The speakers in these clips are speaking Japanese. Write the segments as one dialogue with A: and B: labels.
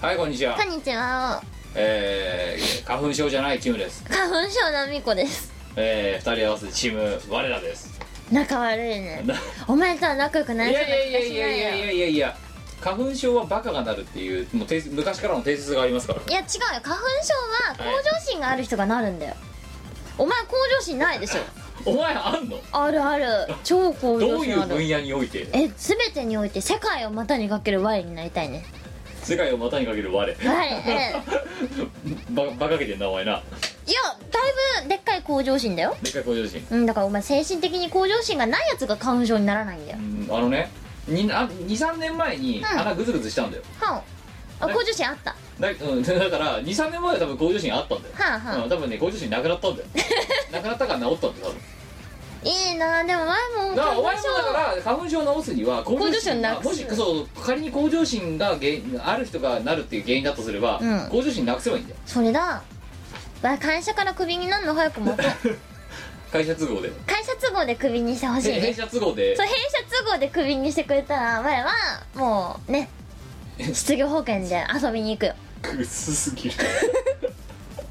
A: はいこんにちは
B: こんにちは
A: えー、花粉症じゃないキムです
B: 花粉症なみこです
A: えー、二人合わせてチーム我らです
B: 仲悪いね
A: な
B: お前とは仲良く
A: い
B: な
A: や
B: り
A: い
B: そうな
A: やい
B: 気が
A: や
B: し
A: いやい
B: な
A: や
B: い
A: い
B: よ
A: やいやいや花粉症はバカがなるっていうもう定昔からの定説がありますから
B: いや違うよ花粉症は向上心がある人がなるんだよお前向上心ないでしょ
A: お前あんの
B: あるある超
A: ど
B: 向上
A: うい
B: 心
A: う
B: ある
A: 分野において
B: え全てにおいて世界を股にかけるワインになりたいね
A: 世界を股にかける我
B: 我え
A: ババカげてんなお前ない
B: やだいぶでっかい向上心だよ
A: でっかい向上心
B: うんだからお前精神的に向上心がないやつが花粉症にならないんだよ
A: うんあのね23年前に
B: ん
A: 鼻ぐずぐずしたんだよ、
B: はんあ向上心あった
A: だうんだから23年前は多分向上心あったんだよ、
B: はんはん
A: うん、多分ね向上心なくなったん だよなくなったから治ったんだよ多分
B: いいなでも前も
A: だからお
B: 花
A: 前
B: 粉
A: も
B: 症
A: だから花粉症を治すには向
B: 向上心な
A: が
B: くす
A: もしそう仮に向上心が原因ある人がなるっていう原因だとすれば、
B: うん
A: 向上心なくせばいいんだよ
B: それだわ会社からクビになるの早 くも
A: 会社都合で
B: 会社都合でクビにしてほしい
A: 弊
B: ね
A: 社都合で
B: そう弊社都合でクビにしてくれたら前はもうね失業保険で遊びに行くよ
A: くすすぎる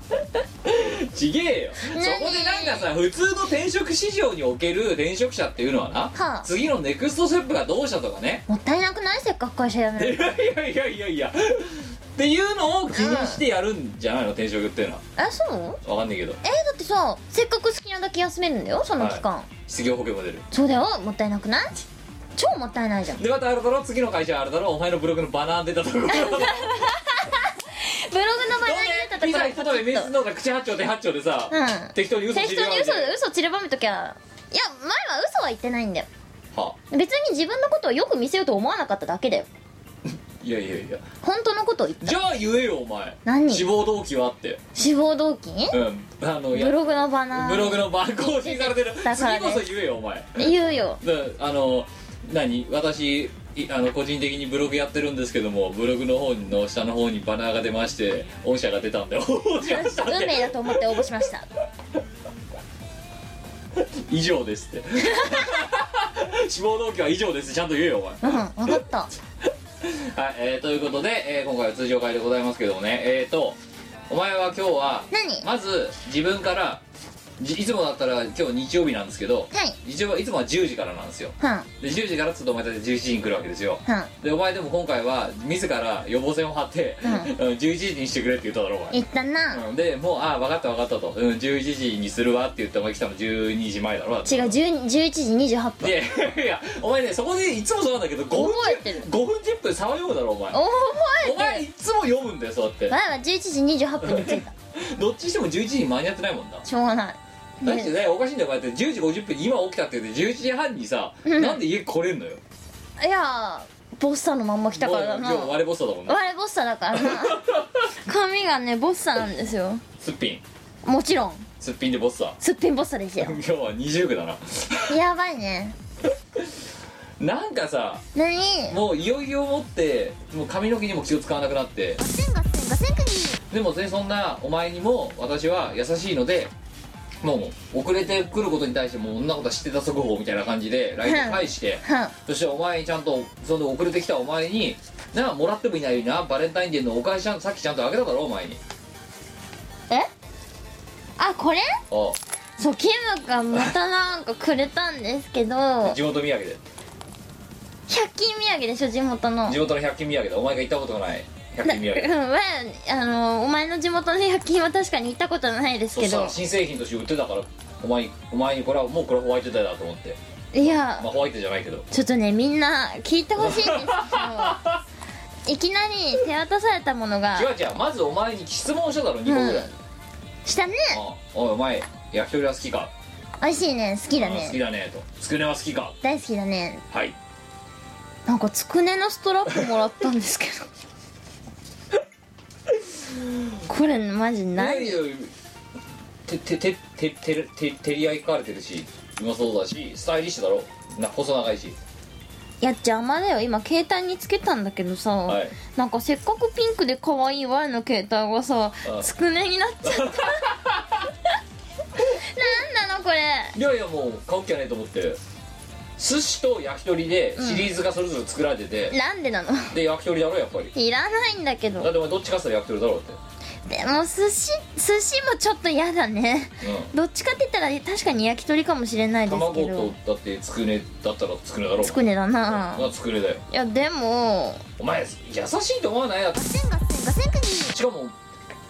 A: ちげえよそ
B: 何
A: こでなんかさ普通の転職市場における転職者っていうのはな、
B: はあ
A: 次のネクストステップがどうしたとかね
B: もったいなくないせっかく会社辞
A: い
B: める
A: やいやいやいやっていうのを気にしてやるんじゃないの転職っていうのは
B: えそう
A: わかんないけど
B: えだってさせっかく好きなだけ休めるんだよその期間、
A: 失業保険も出る
B: そうだよもったいなくない超もったいないじゃんブ
A: でまたあれだろ次の会社あれだろお前のブログのバナー出たと ころどうね
B: ログの場合に出たと
A: ピ
B: こ
A: ザ
B: ろ
A: 一束で名刺のが口八丁手八丁でさ、
B: うん
A: 適当に嘘
B: 適
A: 知り
B: 当
A: 合わ
B: に
A: せ
B: 嘘
A: て
B: 嘘散りばめときゃいや前は嘘は言ってないんだよ
A: は
B: 別に自分のことをよく見せようと思わなかっただけだよ
A: いやいやいや
B: 本当のことを言った
A: じゃあ言えよお前
B: 何
A: 志望動機はあって
B: 志望動機
A: うんあのいや
B: ブログのバナー
A: ブログの番更新されてる
B: だから
A: 次
B: ね
A: こそ言えよお前
B: 言うよ
A: だあの何私いあの個人的にブログやってるんですけどもブログの方の下の方にバナーが出まして御社が出たんで御社がしたん
B: 運
A: で
B: 命だと思って応募しました
A: 以上ですって 志望動機は以上ですちゃんと言えよお前
B: うん分かった
A: はい、えーということで、えー今回は通常会でございますけどもねえーとお前は今日は
B: 何
A: まず自分からじいつもだったら今日日曜日なんですけど
B: はい
A: 一応いつもは10時からなんですよ
B: はん
A: で10時からっつうとお前たち11時に来るわけですよ
B: はん
A: でお前でも今回は自ら予防線を張って、
B: うん
A: うん11時にしてくれって言っただろお前
B: 言ったな
A: うんでもうああ分かった分かったと、うん、11時にするわって言ってお前来たの12時前だろだって
B: 違う10 11時28分
A: いやいやいやお前ねそこでいつもそうなんだけど5分
B: 覚えてる
A: 5分10分さまようだろお前
B: 覚え
A: お前いつも読むんだよそうやって
B: て前は11時28分に着いた
A: どっちにしても11時に間に合ってないもんな
B: しょうがない
A: だってねおかしいんだよこうやって10時50分に今起きたって言って11時半にさ
B: うん
A: なんで家来れんのよ
B: いやーボッサのまんま来たからだ
A: も
B: な
A: う今日
B: 我
A: 割れボスだもんな
B: ボッサだからな髪がねボッサなんですよ
A: すっぴん
B: もちろん
A: すっぴんでボスだ
B: すっぴんボッサですよ
A: 今日は20区だな
B: やばいね
A: なんかさ
B: 何
A: もういよいよ持ってもう髪の毛にも気を使わなくなって
B: ガセンガセンガセンクニ
A: でもねそんなお前にも私は優しいのでもう遅れてくることに対してもう女の子は知ってた速報みたいな感じで LINE で返して
B: ーはん
A: そしてお前にちゃんとその遅れてきたお前になあもらってもいないなバレンタインデーのお返しちゃんさっきちゃんとあげただろお前に
B: えあこれ
A: あ
B: そうキムがまたなんかくれたんですけど
A: あ
B: 100
A: 地元土産で
B: 均土産でしょ地元の
A: 地元の百均土産でお前が行ったことがない百
B: な
A: 均
B: うん
A: 土 産
B: わあのお前の地元の100均は確かに行ったことないです
A: そ
B: け
A: した
B: ど
A: ら新製品として売ってたからお前にお前にこれはもうこれはホワイトデーだと思って
B: いや
A: まあホワイトじゃないけど
B: ちょっとねみんな聞いてほしいん ですけどいきなり手渡されたものが
A: 違う違うまずお前に質問しただろ2個ぐらい、
B: うんしたね
A: あおいお前焼き鳥は好きか
B: 美味しいね好きだ
A: あ好き
B: ね
A: だねとつくねは好きか
B: 大好きだね
A: はい
B: なんかつくねのストラップもらったんですけどこれマジない
A: いやいやてててててて照り合いかかれてるしうまそうだしスタイリッシュだろな細長いし
B: いや邪魔だよ今携帯につけたんだけどさ、
A: はい
B: なんかせっかくピンクで可愛いワイの携帯がさ
A: あ
B: つくねになっちゃった なんなのこれ
A: いやいやもう買う気はねえと思って寿司と焼き鳥でシリーズがそれぞれ作られてて、
B: なんでなの
A: で焼き鳥だろやっぱり
B: いらないんだけ
A: だっ
B: ど
A: てお前どっちかっつったら焼き鳥だろうって
B: でも寿司寿司もちょっと嫌だね
A: う
B: どっちかって言ったら確かに焼き鳥かもしれない
A: ん
B: ですけ
A: 卵
B: ど
A: とだってつくねだったらつくねだろう
B: つくねだな
A: まあつくねだよ
B: いやでも
A: お前優しいと思わないだって
B: 千が千が千国
A: しかも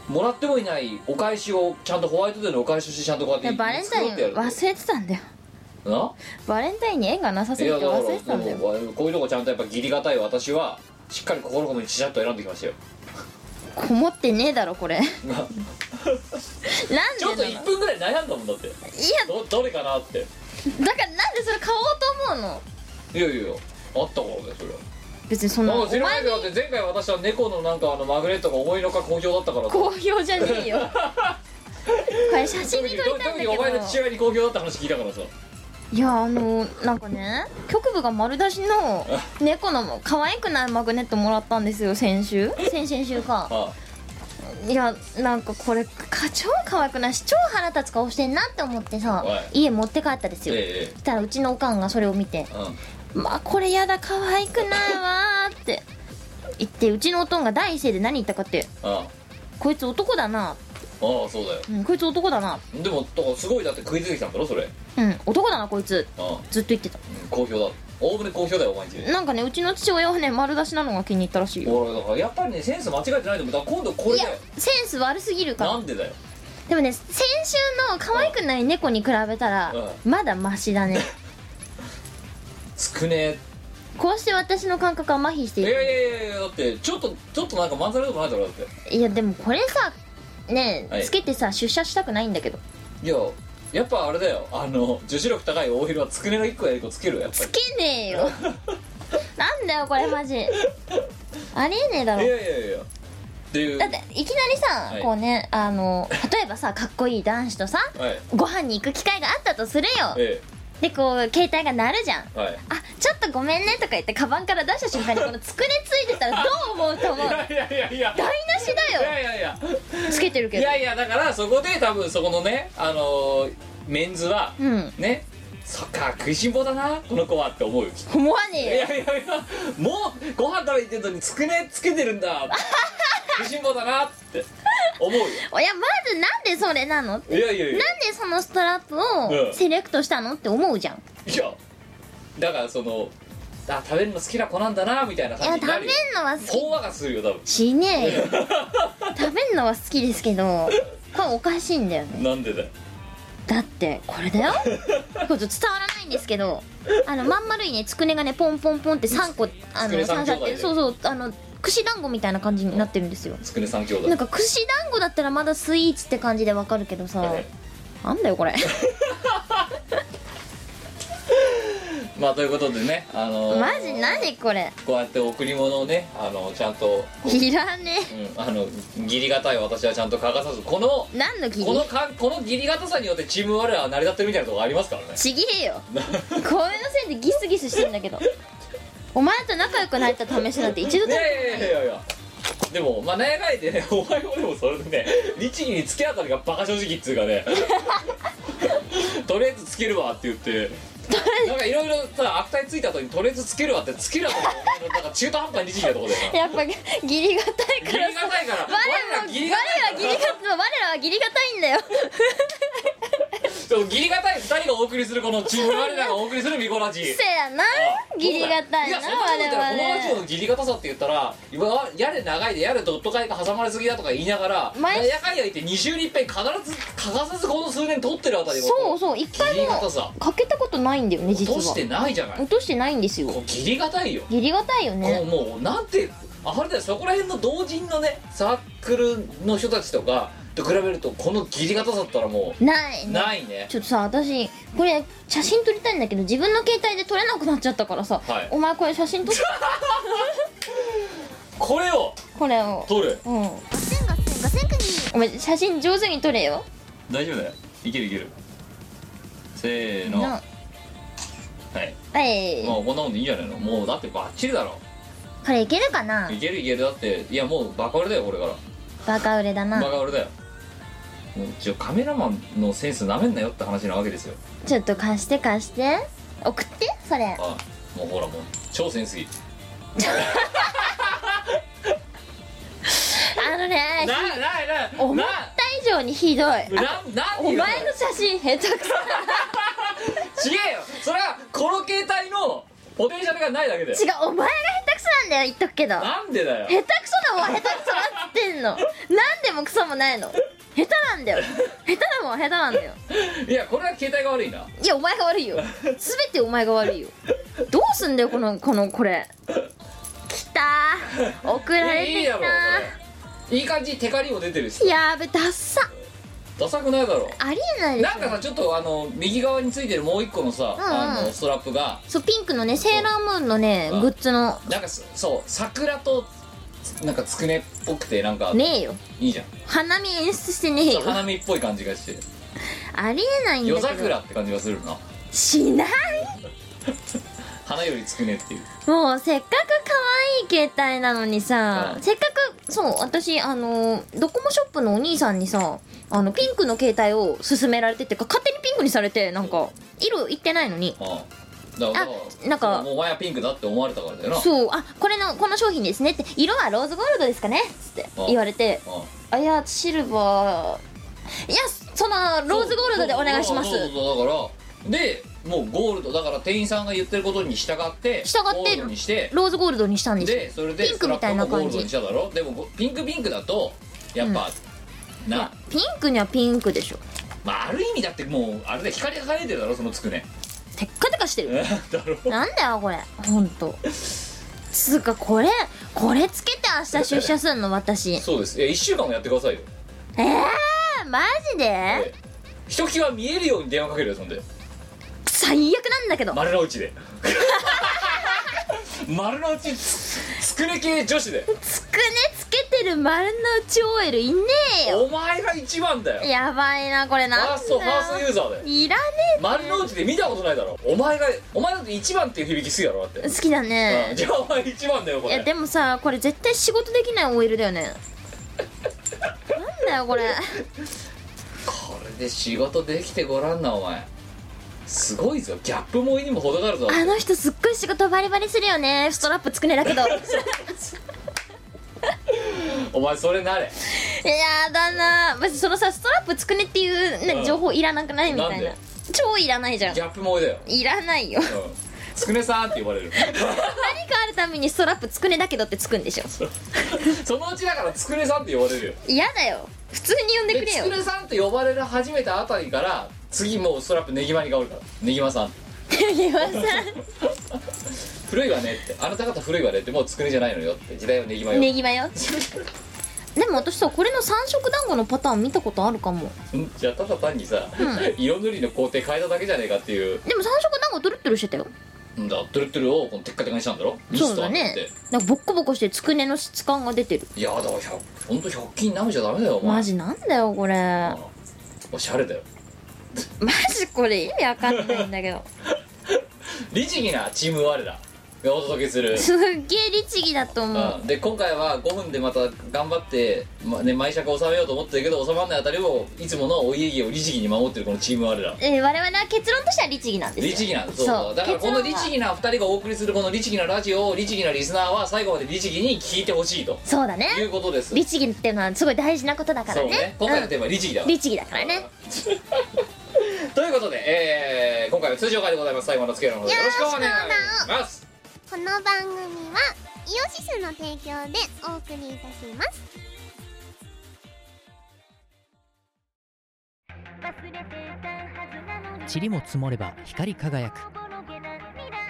A: もらってもいないお返しをちゃんとホワイトデーのお返しをしてちゃんとこうやって
B: バレンタイ
A: 作ろ
B: ン
A: うってやる
B: 忘れてたんだよ
A: とな
B: バレンタインに縁がなさす
A: い
B: ぎて
A: やだから
B: 忘れてたんだよ
A: もうこういうとこちゃんとやっぱ義理がたい私はしっかり心込めにちゃっと選んできましたよ
B: こもってねえだろ これなん
A: ちょっと
B: でな
A: 1
B: の
A: 分ぐらい悩んだもんだって
B: いや
A: どどれかなって
B: だからなんでそれ買おうと思うの
A: いやいやいやあったからだよそれは
B: 別にそんな
A: なん
B: お
A: か知ら
B: 前
A: ないけどだって前回私は猫のなんかあのマグネットが思いのか好評だったから
B: 好評じゃね えよこれ写真に撮りたいんだけ
A: 特にお前の父
B: ど
A: 親に好評だった話聞いたからさ
B: いやあのなんかね局部が丸出しの猫の可愛くないマグネットもらったんですよ先週先々週か
A: あ
B: いやなんかこれか超可愛くないし超腹立つ顔してんなって思ってさ
A: は
B: 家持って帰ったですよ、
A: え
B: そしたらうちのおかんがそれを見て
A: えうん
B: 「まあこれやだ可愛くないわ」って言ってうちのおとんが第一声で何言ったかって
A: あ
B: 「こいつ男だな、
A: ああそうだよ
B: うん、こいつ男だな
A: でもだからすごいだって食いついてきたんだろそれ
B: うん男だなこいつ
A: ああ」
B: ずっと言ってた
A: 好評だおおむね好評だよお前んち
B: なんかねうちの父親はね丸出しなのが気に入ったらしいよ
A: 俺だからやっぱりねセンス間違えてないと思うだから今度これ
B: い
A: だ
B: や
A: よ
B: センス悪すぎるか
A: な
B: ら
A: んでだよ
B: でもね先週の可愛くない猫に比べたら
A: う
B: まだマシだね
A: つくね
B: こうして私の感覚は麻痺して
A: い
B: い
A: や
B: る
A: いやいやだってちょっとちょっとなんかまんざらでもないだろだって
B: いやでもこれさね
A: はい
B: つけてさ出社したくないんだけど
A: いややっぱあれだよあの女子力高い OL はつくねの1個や1個つけるよやっぱ
B: つけねえ よなんだよこれマジありえねえだ
A: りい
B: ろ
A: やいやいやっていう
B: だっていきなりさ、
A: はい
B: こうねあの例えばさかっこいい男子とさ
A: はい
B: ご飯に行く機会があったとするよ
A: え
B: でこう携帯が鳴るじゃん
A: えはい
B: あちょっとごめんねとか言ってカバンから出した瞬間にこのつくねついてたらどう思うと思う台
A: いやいやいやいや
B: 無しだ
A: いや
B: よ
A: いやいや
B: つけてる
A: い
B: けど
A: やいやだからそこで多分そこのねあのーメンズは
B: うん
A: ねそっか食いしん坊だなこの子はって思うよきっと
B: 思わね
A: い
B: えよ
A: やいやいやもうご飯食べに行ってるのにつくねつけてるんだ食いしん坊だなって思うよ
B: いやまずなんでそれなの
A: いやいやいや
B: なんでそのストラップ
A: う
B: を
A: ん
B: セレクトしたのって思うじゃん
A: いやだからそのあ食べるの好きな子なんだなみたいない
B: や
A: 感じ
B: 食
A: になる
B: べ
A: よ
B: んのは好き
A: 飽和がするよ多
B: しねえよ 食べんのは好きですけどこれおかしいんだよね
A: 分なんでだよ
B: だってこれだよこれちょっと伝わらないんですけどあのまん丸いねつくねがねポンポンポンって3個あ
A: つく
B: の
A: ね三
B: 刺
A: 兄弟
B: さっ
A: で
B: てそうそうあの串団子みたいな感じになってるんですよ
A: つくね三兄弟
B: なんか串団子だったらまだスイーツって感じでわかるけどさ
A: え
B: なんだよこれ
A: えまあということでねあのー
B: マジ何これ
A: こうやって贈り物をねあのちゃんと、
B: いらね
A: うん、あの義理がたい私はちゃんと欠かさずこの
B: え何の義
A: この
B: 理
A: かこの義理がたさによってチーム我らは成り立ってるみたいなとこありますからね
B: ちぎれよこういうのせいでギスギスしてんだけどお前と仲良くなった試しなんて一度
A: い
B: だっ
A: やいやいやいやいやでもまあ悩まいでね お前もでもそれでね律儀につけあたりがバカ正直っつうかね とりあえずつけるわって言ってなんかいろいろさ悪態ついた後にとりあえずつけるわってつけるわってお前のなんか中途半端に律儀なとこで
B: てやっぱ義理がたい
A: 義
B: か
A: 理
B: ら
A: がたいから
B: 我らも
A: 義
B: 我
A: 理が
B: らは義理が我らは義理がたいんだよ
A: たい義理がたい2人がお送りするこのチーム我らがお送りするミコラジ
B: せやな義理がたいな
A: やそんなこと言ったらこのラジオの
B: 我
A: 義理がたさって言ったら今はやれ長いでやれドット会が挟まれすぎだとか言いながら
B: 毎
A: ややかんや言って二重に一遍必ず欠かさずこの数年取ってるあたり
B: 々
A: を
B: そうそう一
A: 義
B: 回
A: 理がた
B: も
A: さ
B: かけたことないんだよね
A: 落
B: 実
A: とし
B: は
A: てないじゃない
B: 落としてないんですよ
A: こう義理がたいよ、
B: 義理がたいよね
A: こうもうなんてあれだよそこら辺の同人のねサークルの人たちとかと比べるとこの義理がたさったらも
B: ないう
A: ないね
B: ちょっとさ私これ写真撮りたいんだけど自分の携帯で撮れなくなっちゃったからさ、
A: はい
B: お前これ写真撮って
A: これを
B: これを
A: 取る
B: うんお前写真上手に撮れよ
A: 大丈夫だよいけるいけるせーの
B: な
A: はい
B: はい
A: まあこんなもんでいいんじゃないのもうだってバッチリだろ
B: これいけるかない
A: けるいけるだっていやもうバカ売れだよこれから
B: バカ売れだな
A: バカ売れだよもうちょカメラマンのセンスなめんなよって話なわけですよ
B: ちょっと貸して貸して送ってそれ
A: あもうほらもう超センスいい
B: あのね
A: なななな
B: 思った以上にひどい
A: な
B: あ
A: なん
B: お
A: ていうの
B: 前の写真下手くそ
A: 違えよそれはこの携帯のポテンシャルがないだけで
B: 違うお前が下手くそなんだよ言っとくけど下
A: なんでだよ
B: 手くそなもんは下手くそだっつってんの何でもクソもないの下手なんだよ下手なもんは下手なんだよ
A: いやこれは携帯が悪いない
B: やお前が悪 いよ全てお前が悪いよどうすんだよこのこのこれきたー送られて
A: いい
B: き
A: い
B: た
A: やろこれいい感じテカリも出てるし
B: ーやべダッサ
A: ダサくないだろ
B: ありえないでし
A: なん
B: ょ
A: かさちょっとあの右側についてるもう一個のさ、
B: うんうん
A: あのストラップが
B: そうピンクのねセーラームーンのね
A: うん
B: グッズの
A: なんかすそう桜とつなんかつくねっぽくてなんか
B: ねえよ
A: いいじゃん、
B: 花見演出してねえよ
A: そう花見っぽい感じがして
B: ありえないん
A: 夜
B: だけど
A: 桜って感じがするな
B: しない
A: 花よりつくねっていう
B: もうせっかく可愛い携帯なのにさ、
A: うん
B: せっかくそう私あのドコモショップのお兄さんにさあのピンクの携帯を勧められてっていうか勝手にピンクにされてなんか色いってないのに
A: ああだから
B: あなんか
A: もうお前はピンクだって思われたからだよな
B: そうあこれのこの商品ですねって色はローズゴールドですかねつって
A: うん
B: 言われて
A: ああ
B: あいやシルバーいやそのローズゴールドでお願いします
A: そうそうそうだからでもうゴールドだから店員さんが言ってることに従って
B: 従っ
A: ゴ
B: て
A: ールドにして
B: ローズゴールドにしたんですよ
A: でそれで
B: ピンクみたいな
A: スラップもゴー
B: 感
A: ルドにし
B: じ
A: ただろでもごピンクピンクだとやっぱ、
B: い
A: な
B: やピンクにはピンクでしょ
A: まあある意味だってもうあれで光り輝いてるだろそのつくね
B: テッカテカしてる
A: だろ
B: なんだよこれほんとつうかこれこれつけて明日出社すんの私え
A: そうですいや1週間もやってくださいよ
B: ー、マジで
A: えひときわ見えるように電話かけるよそんで
B: 最悪なんだけど
A: 丸の 内で丸の内つつくね系女子で
B: つくねつけてる丸の内 OL いねえよ
A: お前が一番だよ
B: やばいなこれ
A: フ
B: な
A: ァー
B: ん
A: ストファースト
B: だ
A: ユ
B: よ
A: ーザーだよ
B: いらね
A: 丸の内で見たことないだろお前がお前だって一番っていう響き好きだろだって、
B: え好きだ
A: うん
B: ね
A: じゃあお前一番だよこ
B: い
A: れ
B: やでもさこれ絶対仕事できない OL だよねなんだよこれ
A: これで仕事できてごらんなお前すごいぞギャップ萌えにも程があるぞ
B: あの人すっごい仕事バリバリするよねストラップつくねだ けどい
A: お前それなれ
B: やだな別にそのさストラップつくねっていうね、
A: うん
B: 情報いらなくないみたいな
A: なんで
B: 超いらないじゃん
A: ギャップ萌えだよ、
B: いらな いよ
A: うん、つくねさんって呼ばれる
B: 何かあるためにストラップつくねだけどってつくんでしょ
A: そのうちだからつくねさんって呼ばれるよ
B: 嫌だよ普通に呼んでくれ
A: つ
B: よ
A: くねさんって呼ばれる始めたあたりから次もうストラップねぎまにがおるからねぎまさん
B: いやさ
A: 古いわねってあなた方古いわねってもうつくねじゃないのよって時代はねぎ まよ、
B: ねぎま よでも私さこれの三色団子のパターン見たことあるかも
A: うんじゃあただ単にさ、
B: うん
A: 色塗りの工程変えただけじゃねえかっていう
B: でも三色団子トゥルットゥルしてたよ
A: んだトゥルトゥルをこのテッカテカにしたんだろミ
B: そう
A: スト
B: だ
A: は
B: ね
A: って
B: なんかボッコボコしてつくねの質感が出てる
A: いやだから100ほんと100均舐めちゃダメだよお前
B: マジなんだよこれ
A: おしゃれだよ
B: マジこれ意味わかんないんだけど
A: 律儀なチーム我らがお届けする
B: すっげえ律儀だと思う
A: うんで今回は5分でまた頑張って、まね、毎尺収めようと思ってるけど収まらないあたりをいつものお家芸を律儀に守ってるこのチーム我ら
B: えー我々は結論としては律儀なんですよ
A: 律儀なんそう
B: そう
A: だからこの
B: 結論は
A: 律儀な2人がお送りするこの律儀なラジオを律儀なリスナーは最後まで律儀に聞いてほしいと
B: そうだね
A: いうことです
B: 律儀っていうのはすごい大事なことだから
A: そう
B: ね
A: ね今回のテーマは律儀だ
B: うん
A: わ
B: 律儀だからね
A: ということで、えー今回は通常回でございます最後のつけるのでよろしくお願いします
C: この番組はイオシスの提供でお送りいたします
D: 塵も積もれば光り輝く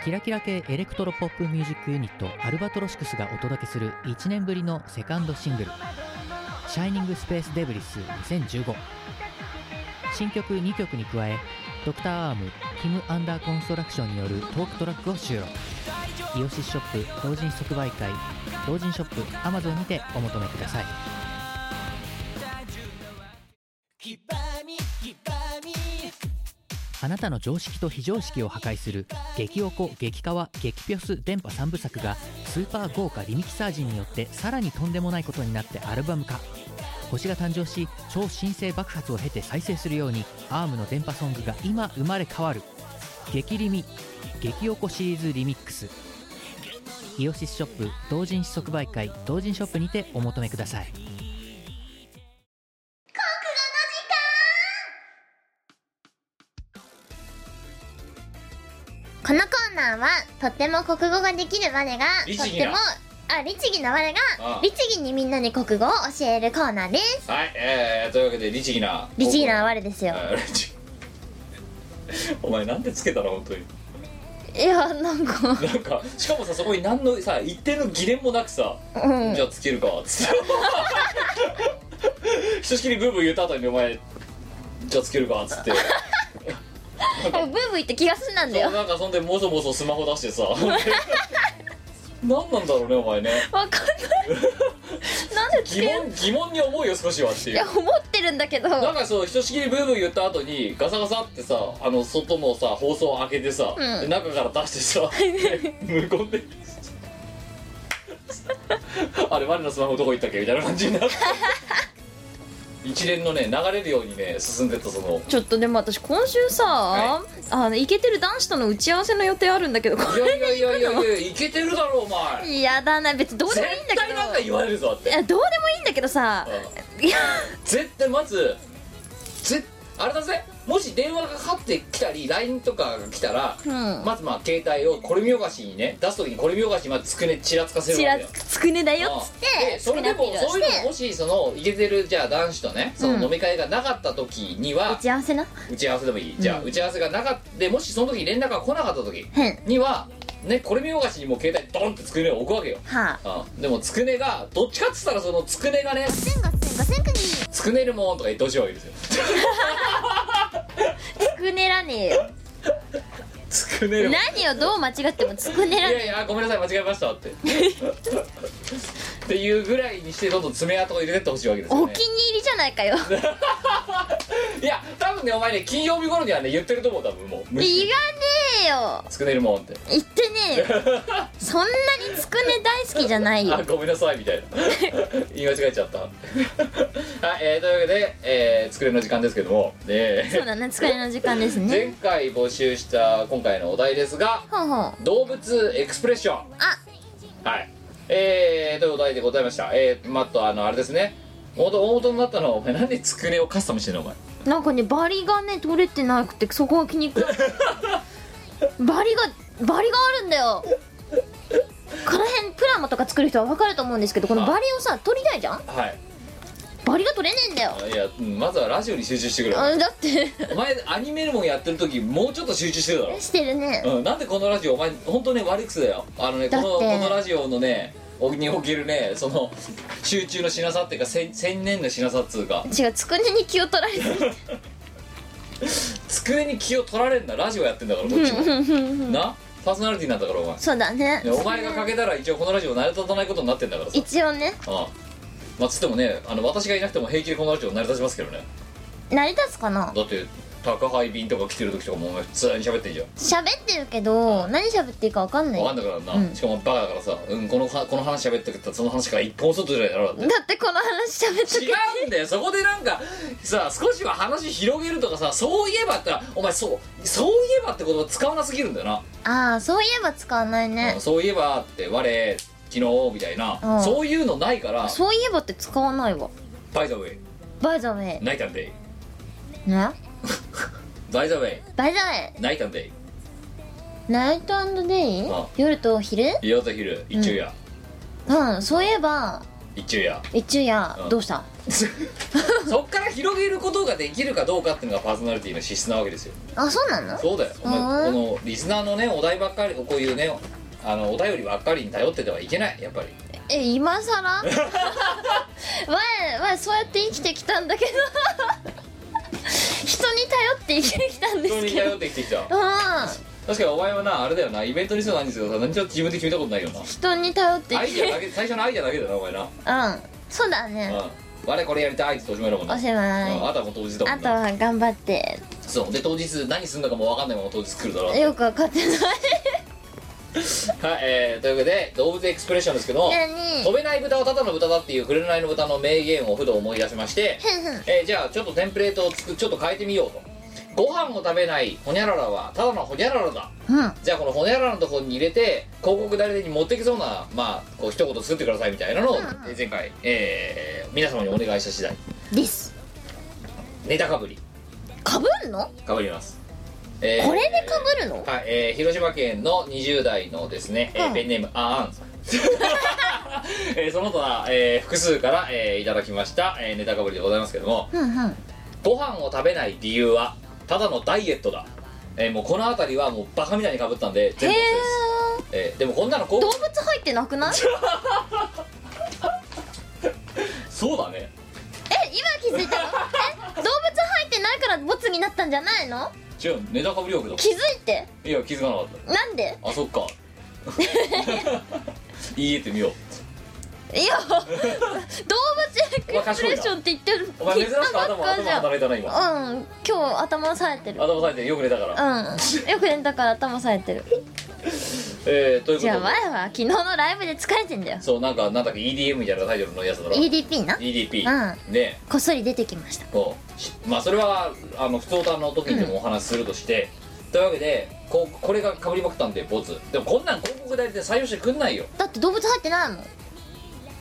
D: キラキラ系エレクトロポップミュージックユニットアルバトロシクスがお届けする1年ぶりのセカンドシングル「シャイニング・スペース・デブリス2015」新曲2曲に加えドクターアームキム・アンダー・コンストラクションによるトークトラックを収録イオシスショップ同人即売会同人ショップ Amazon にてお求めくださいあなたの常識と非常識を破壊する激おこ激カワ激ピョス電波3部作がスーパー豪華リミキサージによってさらにとんでもないことになってアルバム化星が誕生し超新星爆発を経て再生するようにアームの電波ソングが今生まれ変わる激リミ激おこシリーズリミックスイオシスショップ同人誌即売会同人ショップにてお求めください
C: このコーナーはとっても国語ができる我がとっ
A: 律儀
C: て
A: な
C: もあ律儀な我
A: あ
C: が
A: あ
C: 律儀にみんなに国語を教えるコーナーです
A: はいえー、というわけで律儀な
C: 律儀な我ですよ
A: あ律儀 お前なんでつけたの本当に
B: いやなんか
A: なんかしかもさそこに何のさ一定の疑念もなくさ、
B: うん
A: じゃあつけるかっつって ひとしきりブーブー言った後にお前じゃあつけるかっつ って
B: ブーブー言って気がす んなんだ
A: そ
B: よ
A: うなんかそんでもそもそスマホ出 してさ何なんだろうねお前ね
B: わかんないなんでつ
A: 疑
B: ける
A: 問疑問に思うよ少しはってい
B: いうや思ってるんだけど
A: なんかそうひとしきりブーブー言った後にガサガサってさあの外のさ放送を開けてさ、
B: うん
A: で中から出して さで無言で あれ我のスマホどこ行ったっけみたいな感じにな って一連のね流れるようにね進んでったそ の
B: ちょっとでも私今週さ、
A: は
B: あのイケてる男子との打ち合わせの予定あるんだけどこ
A: いやいやいやいやいやいけてるだろお前
B: れやだな別にどうでもいいんだ
A: 絶
B: けど
A: 対なんか言われるぞだ って
B: いやどうでもいいんだけどさいや
A: 絶対まずぜあれだぜもし電話がかかってきたり LINE とかが来たら、
B: うん
A: まずまあ携帯をこれ見よがしにね出す時にこれ見よがしにまずつくねちらつかせる
B: ち
A: わ
B: ら
A: けよ
B: つくねだよっ
A: うん
B: つって
A: でそれでも
B: 少なく
A: そういうのもしそのイケてるじゃあ男子とねそ
B: うん
A: の飲み会がなかった時に
B: 打
A: は、
B: ち合わせな
A: 打ち合わせでもいい、じゃあ
B: うん
A: 打ち合わせがなかったでもしその時に連絡が来なかった時
B: へん
A: にはねこれ見よがしにもう携帯ドンってつくねを置くわけよ
B: は
A: うんでもつくねがどっちかっつったらそのつくねがね
C: 千五千五千国
A: つくねるもんとか言ってほしいわけですよ
B: あつくねらねえよ
A: つくねるもん
B: 何をどう間違ってもつくねら
A: い
B: ね
A: やいやごめんなさい間違えましたってっていうぐらいにしてどんどん爪痕を入れてってほしいわけで
B: え
A: すよ、
B: お
A: ね
B: 気、に入りじゃないかよいらね
A: いや多分ねお前ね金曜日頃にはね言ってると思う多分もう無視
B: えよ
A: つくねるもんって
B: 言ってねえよそんなにつくね大好きじゃないよ
A: あごめんなさいみたいな言い間違えちゃったはい、えー、というわけで、えー、つくねの時間ですけども
B: そう
A: で
B: だねつくねの時間です
A: 前
B: ね
A: 回募集した今回のお題ですが
B: ほうほう
A: 動物エクスプレッション
B: あ
A: はいえー、というお題でございましたえー、まあとあのあれですね元大元になったのはお前なんでつくねをカスタムしてんのお前
B: なんかねバリがね取れてなくてそこが気に食わないバリがバリがあるんだよこの辺プラモとか作る人は分かると思うんですけどこのバリをさ取りたいじゃん
A: はい
B: バリが取れねえんだよ
A: あいやうんまずはラジオに集中してくれ
B: あだって
A: お前アニメルモンやってる時もうちょっと集中してるだろ
B: してるね
A: うん、なんでこのラジオお前本当ね悪い癖だよあのねこの
B: だっ
A: こ
B: て
A: のラジオのねおにおけるねその集中のしなさっていうかせん専念のしなさっつうか
B: 違うつくねに気を取られてる
A: 机に気を取られるんだラジオやってんだからこっちもなパーソナリティなんだからお前
B: そうだね
A: ねお前がかけたら一応このラジオ成り立たないことになってんだからさ
B: 一応ね
A: ああまあつってもねあの私がいなくても平気でこのラジオ成り立ちますけどね
B: 成り立つかな
A: だって宅配便とか来てる時とかもお前普通に喋ってんじゃん
B: 喋ってるけど何喋っていいか分かんない
A: 分か
B: だ
A: んだからな、
B: うん
A: しかもバカだからさ、うん、このはこの話喋ってくったらその話から一本外じゃないだろだって
B: ってこの話喋ってて
A: 違うんだよそこでなんかさ少しは話広げるとかさそういえばってなお前そうそういえばって言葉使わなすぎるんだよな、
B: ああそういえば使わないね
A: うんそういえばって我昨日みたいな、
B: うん
A: そういうのないから
B: そういえばって使わないわ
A: バイザウェイ
B: バイザウェイ
A: ナイタンデイ
B: ね
A: バイザウェイ
B: バイザウェイ
A: ナイタンデ
B: ナイトデイ
A: ああ
B: 夜と昼
A: イ夜と昼一昼夜、
B: うんそういえば
A: 一昼 夜
B: 一昼夜
A: うん
B: どうした
A: そっから広げることができるかどうかっていうのがパーソナリティの資質なわけですよ
B: あそうなの
A: そうだよお
B: う
A: 前
B: ん
A: このリスナーのねお題ばっかりこういうねあのお便りばっかりに頼っててはいけないやっぱり
B: え今さ らわいわいそうやって生きてきたんだけど 人に頼って生きてきたんで
A: 人
B: す
A: に
B: けど
A: 頼ってきてきた
B: うん
A: 確かにお前はなあれだよなイベントリスナーなんですけどさ何ちょっと自分で決めたことない よな
B: 人に頼って
A: ア
B: 生
A: イ
B: き
A: ディア
B: て
A: だけ最初のアイディアだけだなお前な、うん、
B: うんそうだね
A: 我これやりたいっておしまいだもんな
B: おしまい
A: うんあとはもう当日だも
B: あ
A: ん
B: と
A: な
B: は頑張って
A: そうで当日何するのかも分かんないまま当日来るだろう
B: よくわかってない
A: はい、えー、というわけで動物エクスプレッションですけど
B: 何
A: 飛べない豚はただの豚だっていう紅の豚の名言をふと思い出しまして、えーじゃあちょっとテンプレートをつくちょっと変えてみようとご飯も食べないホニャララはただのホニャララだ
B: うん
A: じゃあこのホニャララのところに入れて広告代理店に持ってきそうなまあこう一言作ってくださいみたいなのを
B: うんうん
A: 前回、えー皆様にお願いした次第
B: です
A: ネタかぶり
B: かぶんの
A: かぶります、えー
B: これでかぶるの
A: はい、えー広島県の20代のですね、えー
B: うん
A: ペンネームあーあんさん えーその他、えー複数から、えーいただきました、えーネタかぶりでございますけども
B: うんうん
A: ご飯を食べない理由はただのダイエットだ、えーもうこの辺りはもうバカみたいにかぶったんで
B: へ
A: 全
B: え
A: 部嘘です、えーでもこんなのこ
B: 動
A: う
B: 物入ってなくない
A: そうだね
B: え今気づいたのえ動物入ってないからボツになったんじゃないの
A: 違うネタかぶり枠だ
B: 気づいて
A: いや気づかなかっ
B: なんで
A: たあそっ か言い得てみよう
B: いや動物エクスプレッションって言ってる
A: お前珍し
B: 言
A: く
B: ったば
A: 頭
B: っか
A: 頭
B: じゃん
A: 働いたな今
B: うん今日頭冴えてる
A: 頭さえてよく寝たから、
B: うんよく寝たから頭冴えてる
A: えーということで
B: じゃあ前は昨日のライブで疲れてんだよ
A: そうなんかなんだっけ EDM みたいなタイトルのやつだろ
B: EDP な
A: EDP、
B: う
A: ね
B: こっそり出てきました
A: こうしまあそれはあの普通歌の時にでもお話しするとして、というわけでこうこれがかぶりまくったんでボツでもこんなん広告代理店採用してくんないよ
B: だって動物入ってないもん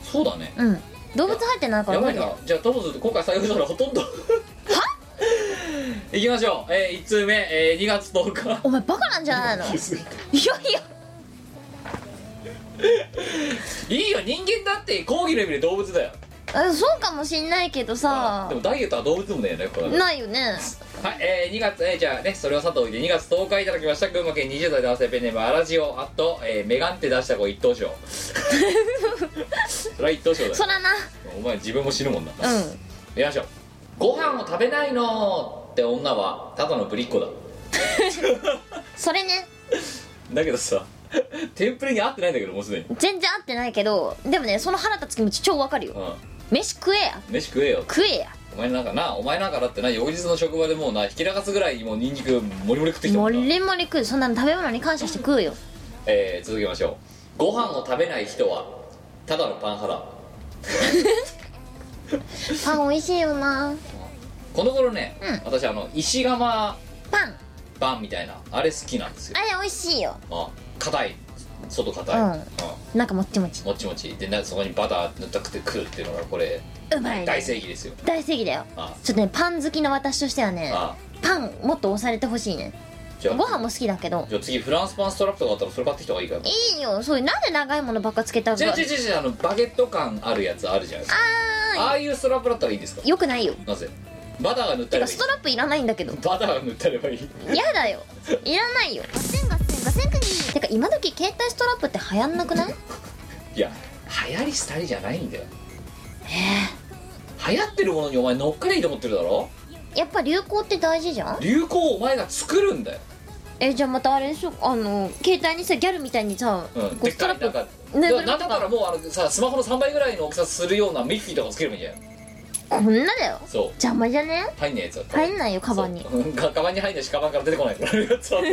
A: そうだね
B: うん動物入ってないから
A: や
B: 無
A: ばい
B: 理だ
A: な
B: よ
A: じゃあともすると今回採用したのほとんど いきましょう、えー、1通目、えー、2月10日
B: お前バカなんじゃないのい
A: 気づいた
B: やいや
A: いいよ人間だって講義の意味で動物だよ
B: あそうかもしんないけどさ
A: でもダイエットは動物でもねえよねこれ
B: ないよね
A: はい、えー、2月、えー、じゃあね、それはさておいて、2月10日いただきました、群馬県20代男性ペンネーム、アラジオ、あと、えー、メガンテ出した子一等 賞。それは一等賞だよ
B: そ。らな
A: お前自分も死ぬもんな。
B: う
A: や
B: ん
A: りましょう。ご飯を食べないのって女は、ただのぶりっ子だ。
B: それね
A: だけどさ、 テンプレに合ってないんだけど、もうすでに。
B: 全然合ってないけどでもねその腹立つ気持ち超わかる
A: う
B: よ
A: ん。
B: 飯食えや
A: 飯食えよ。
B: 食えや
A: お前なんかな、お前なんかだってな、翌日の職場でもうな、ひきらかすぐらい、もうニンニク、もりもり食ってきた
B: も
A: もんな。
B: りもり食うそんなの食べ物に感謝して食うよ
A: えー、続けましょうご飯を食べない人はただのパン派だ
B: パン美味しいよな
A: この頃ね、
B: うん
A: 私あの石窯
B: パン
A: パンみたいなあれ好きなんですよ
B: あれ美味しいよ
A: あ硬い外硬い、
B: うん
A: うん
B: なんかもっちもち
A: もちもちでなそこにバター塗ったくて食うっていうのがこれ
B: うまいね
A: 大正義ですよ
B: 大正義だよ
A: あ
B: ちょっとねパン好きの私としてはね
A: あ
B: パンもっと押されてほしいね
A: じゃあ
B: ご飯も好きだけど
A: じゃあ次フランスパンストラップとかあったらそれ買ってきた方がいいかない
B: いよそういうなんで長いものばっかつけた
A: じゃ
B: か
A: あじゃあじゃああのバゲット感あるやつあるじゃないですか
B: あ
A: ああいうストラップだったらいいんですか
B: ーよくないよ
A: なぜバターが塗った
B: て
A: ればい
B: か
A: い
B: ストラップいらないんだけど
A: バターが塗ったればいい
B: やだよいらないよ
C: ガセンガセンガセンクニー
B: てか今時携帯ストラップって流行んなくない
A: いや流行り廃りじゃないんだよ流行ってるものにお前乗っかりゃいいと思ってるだろ
B: やっぱ流行って大事じゃん
A: 流行をお前が作るんだよ、
B: えじゃあまたあれでしょあの携帯にさギャルみたいにさ、
A: うん、
B: こう
A: でっ
B: スト
A: か
B: ラ
A: いなん
B: ップ
A: か、
B: ね
A: だなんだったらもうあのさスマホの3倍ぐらいの大きさするようなミッキーとかつければいいんじゃん
B: こんなだよ
A: そう
B: 邪魔じゃね
A: 入んないやつだったら
B: 入んないよカバンに
A: そううんかカバンに入んないしカバンから出てこないからそう
B: で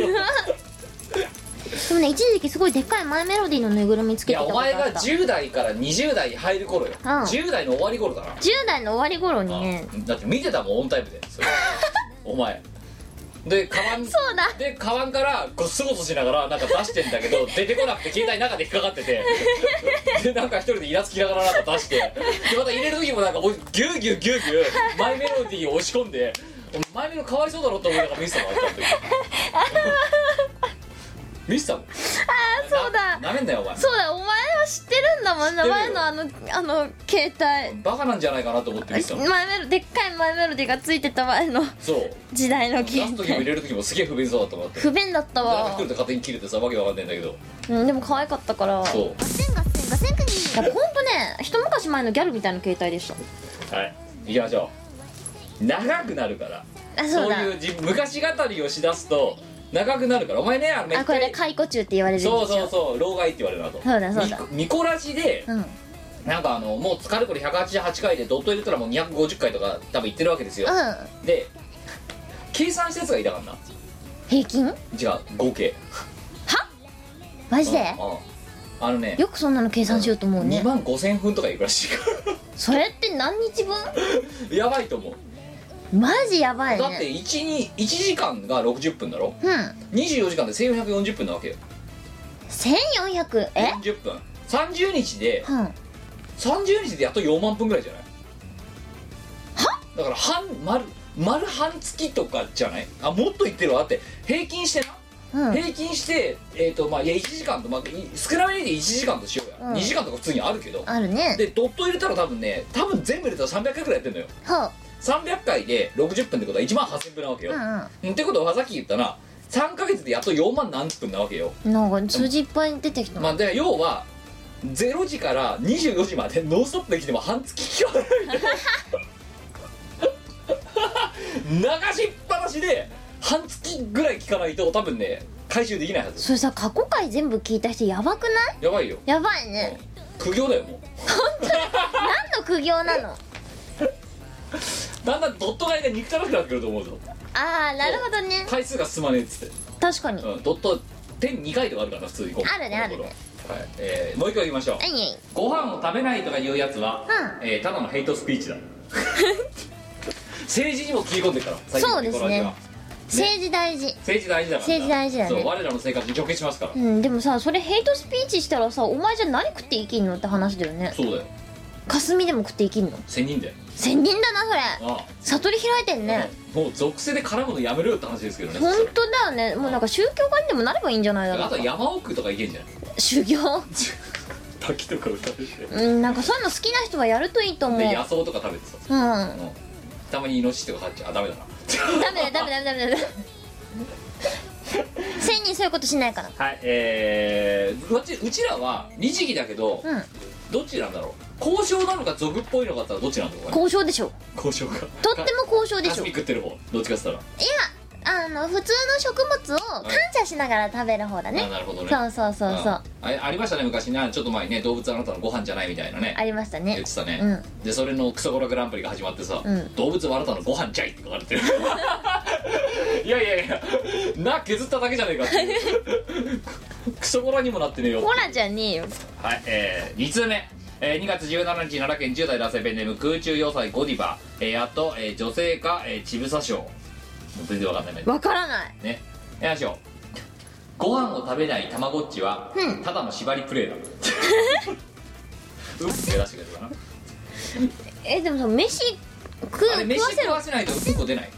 B: もね一時期すごいでっかいマイメロディのぬいぐるみつ
A: い
B: けて
A: や
B: たこ
A: お
B: とあ
A: 前
B: っ
A: が
B: た
A: 10代から20代入る頃よ、
B: うん
A: 10代の終わり頃だな、
B: 10代の終わり頃にね
A: あだって見てたもんオンタイムでそれお前でカバン
B: そうだ
A: でカバンからごそごそしながらなんか出してんだけ ど出てこなくて携帯の中で引っかかって てでなんか一人でイラつきながらなんか出してでまた入れる時もなんかおいギューギューギューギューマイメロディーを押し込んでお前メロかわいそうだろって思いな がら見せたのあった時見せたもんああ
B: そうだ
A: なめんなよお前
B: そうだお前は知ってるんだもん
A: 知って
B: な
A: るよ
B: 前のあのあの携帯
A: バカなんじゃないかなと思って見せたの
B: マイメロでっかいマイメロディがついてた前の
A: そう
B: 時代の
A: 出
B: 携
A: す時も入
B: 帯
A: れる時もすげえ不便そうだと思って
B: 不便だった
A: なんか一
B: わ
A: 人で、勝手に切れてさわけわかんないんだけど
B: うん、でも可愛かったからい
A: そ
C: ガセンガセンガセンクニー
B: やほんとね一昔前のギャルみたいな携帯でした
A: うはい行きましょう長くなるから
B: あ
A: そ
B: そう
A: う
B: だ
A: いうじ昔語りをしだすと長くなるからお前ねあのめっちゃ
B: あこれで解雇中って言われるんですよ
A: そうそうそう老害って言われるなと
B: そうだそうだ
A: みミコラジで
B: うん
A: なんかあのもう疲れこれ188回でドット入れたらもう250回とか多分言ってるわけですよ、
B: うん
A: で計算したやつがいたからな
B: 平均
A: じゃあ合計
B: マジで
A: うんうんあのね
B: よくそんなの計算しようと思うね
A: 2万5000分とかいくらしいか
B: それって何日分
A: らやばいと思う
B: マジやばい
A: だって
B: ね
A: 1, に1時間が60分だろ
B: うん
A: 24時間で1440分なわけよ
B: 1400え
A: 40分30日で
B: うん
A: 30日でやっと4万分ぐらいじゃないだから半丸丸半月とかじゃないあもっといってるわだって平均してな
B: うん
A: 平均してえっ、とまあいや1時間と、まあ、い少なめで1時間としようや、
B: うん
A: 2時間とか普通にあるけど
B: あるね
A: でドット入れたら多分ね多分全部入れたら300回くらいやってんのよ
B: ほう
A: 300回で60分ってことは1万8000分なわけよ
B: う、ん
A: うんってことはさっき言ったな3ヶ月でやっと4万何分なわけよ、
B: うんなんか数字いっぱい出てきた
A: まあだから要は0時から24時までノンストップできても半月聞かないみたいな流しっぱなしで半月ぐらい聞かないと多分ね回収できないはず
B: それさ過去回全部聞いた人やばくない
A: やばいよ
B: やばいね
A: 苦行だよも
B: 何の苦行なの
A: うだんだんドット買いが憎たらしくなってくると思うぞ
B: ああなるほどね
A: 回数が進まねえっつって
B: 確かに
A: うん、ドット点2回とかあるからな普通にこう
B: あるねあるね
A: はいえーもう一回言いましょう
B: えいえい
A: ご飯を食べないとか言うやつは、えーただのヘイトスピーチだ政治にも切り込んでるから最近の
B: そうですね
A: この味は
B: 政治大事
A: 政治大事だから
B: 政治大事だね
A: そう我らの生活に直結しますから、
B: うんでもさそれヘイトスピーチしたらさお前じゃ何食って生きんのって話だよね
A: そうだよ
B: 霞でも食って生きんの
A: 千人だよ
B: 千人だなそれ
A: あ
B: 悟り開いてん
A: あ、
B: ね
A: もう属性で絡むのやめろよって話ですけどね
B: 本当だよねもうなんか宗教家にでもなればいいんじゃないだろ
A: あ
B: う
A: と
B: か
A: は山奥とか行けんじゃん
B: 修行
A: 滝とか歌って
B: うんなんかそういうの好きな人はやるといいと思うう
A: で
B: ん
A: 野草とか食べてさ、
B: ダ
A: うんたまにイノシシとか飼っちゃうあダメだな
B: メだダメだダメだダメ だ千人そういうことしないから
A: はいえー、どっちうちらは律儀だけど、
B: うん
A: どっちなんだろう交渉なのか俗っぽいのかって言ったらどっちなんだろうこれ
B: 交渉でしょ
A: 交渉か
B: とっても交渉で
A: ガ
B: し
A: ス
B: ょ
A: ピ食ってる方どっちかっつったら、
B: あの普通の食物を感謝しながら食べる方だ
A: あ
B: ね
A: なるほどね
B: そうそうそうそう
A: ああありましたね昔なちょっと前にね動物あなたのご飯じゃないみたいなね
B: ありました
A: 言
B: ね
A: ってたね、
B: うん
A: でそれのクソゴラグランプリが始まってさ、
B: うん
A: 動物はあなたのご飯じゃいって書かれて るいやいやいやな削っただけじゃねえかって いうクソゴラにもなってねえよ
B: ほらじゃねえよ
A: はい、えー、2通目、えー、2月17日奈良県10代男性ペンネーム空中要塞ゴディバ、えー、あと、えー女性か、えー、ちぶさ賞もう全然わかんないね
B: わからない
A: ねよいしょご飯を食べないたまごっちは、
B: うん
A: ただの縛りプ レイだうんって出してくれるかな
B: えでもさ飯食う
A: あれ飯
B: 食わせ
A: 食
B: る
A: わせないとうんこ出ない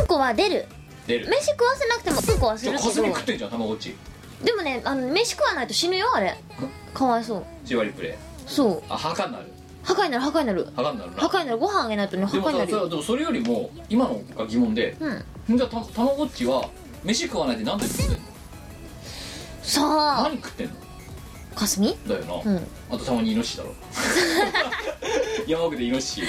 B: うんこは出る
A: 出る
B: 飯食わせなくてもうんこはす
A: じゃ
B: る
A: あ
B: け
A: 小
B: ど
A: 杉食ってんじゃんたまごっち
B: でもねあの飯食わないと死ぬよあれかわいそう
A: 縛りプレイ
B: そう
A: あ墓になる
B: 破壊なる破壊になる
A: 墓になるな
B: 破壊になるご飯あげないとね破
A: でも
B: 壊にな
A: さ
B: る
A: それは
B: よ
A: でもそれよりも今のが疑問で
B: うん
A: じゃあたたまごっちは飯食わないでなんで食ってんの
B: さあ
A: 何食ってんの
B: かす み
A: だよ
B: う
A: な、
B: ん
A: あとたまにイノシシ だろ山奥でイノシシ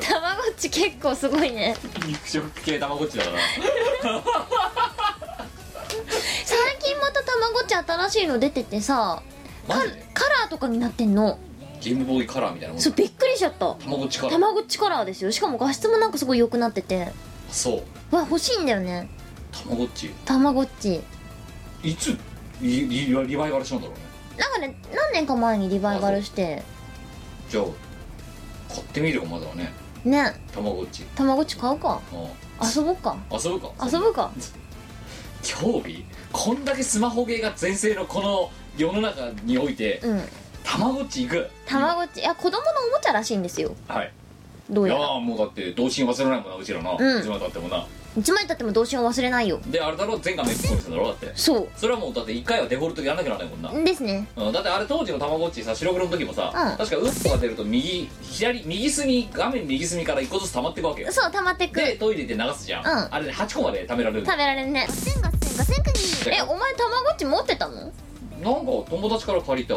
B: たまごっち結構すごいね
A: 肉食系たまごっちだから
B: 最近またたまごっち新しいの出ててさカ
A: マジで
B: カラーとかになってんの
A: ゲームボーイカラーみたいなもん
B: そうびっくりしちゃった
A: たまごっちカラ
B: た
A: ー
B: まごっちカラーですよしかも画質もなんかすごい良くなってて
A: そう
B: わ欲しいんだよね
A: たまごっち
B: たまごっち
A: いつリリリバイバルしたんだろうね
B: なんかね何年か前にリバイバルして
A: じゃあ買ってみるよまだはね
B: ね
A: たまごっち
B: たまごっち買うか
A: あ
B: 遊ぼっか
A: あ遊ぶか
B: 遊ぶか
A: 興味こんだけスマホゲーが全盛のこの世の中において
B: うん
A: たまごっち行く
B: たまごっちいや子供のおもちゃらしいんですよ
A: はいい
B: ど
A: うや
B: やら
A: ーもうだって童心忘れないもんなうちらな、
B: うん
A: いつまでたってもない
B: つまでたっても童心を忘れないよ
A: であれだろ前回めっちゃ込みしたんだろだって
B: そ
A: それはもうだって1回はデフォルトでやらなきゃならないもんな、
B: うですね
A: うん、だってあれ当時のたまごっちさ白黒の時もさ、
B: うん
A: 確かうんこが出ると右左右隅画面右隅から1個ずつ溜まっていくわけよ
B: そう溜まってく
A: でトイレで流すじゃん、
B: うん
A: あれで8個まで貯められるんだ
B: 食べられんね
C: 千0 0 0 0 0 0
A: よ
B: えお前たまごっち持ってたの
A: なんか友達から借りた、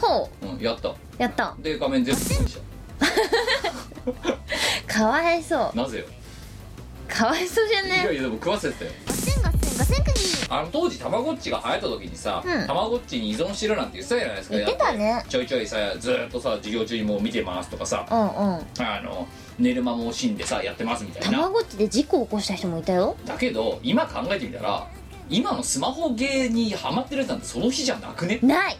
B: ほ
A: うん、やった
B: うやった
A: で画面全部消し
B: かわいそう
A: たなぜよ、
B: かわいそうじゃ
A: いや
B: ね
A: いやでも食わせてたよ
C: 0
A: あの当時たまごっちが流行った時にさ、
B: うん
A: たまごっちに依存してるなんて言ってたじゃないですか
B: 言ってたね
A: やっぱりちょいちょいさずーっとさ授業中にもう見てますとかさ
B: うんうん
A: あの寝る間も惜しんでさやってますみた
B: た
A: いな
B: まごっちで事故起こした人もいたよ
A: だけど今考えてみたら今のスマホゲーにハマってるやつなんてその日じゃなくね
B: ない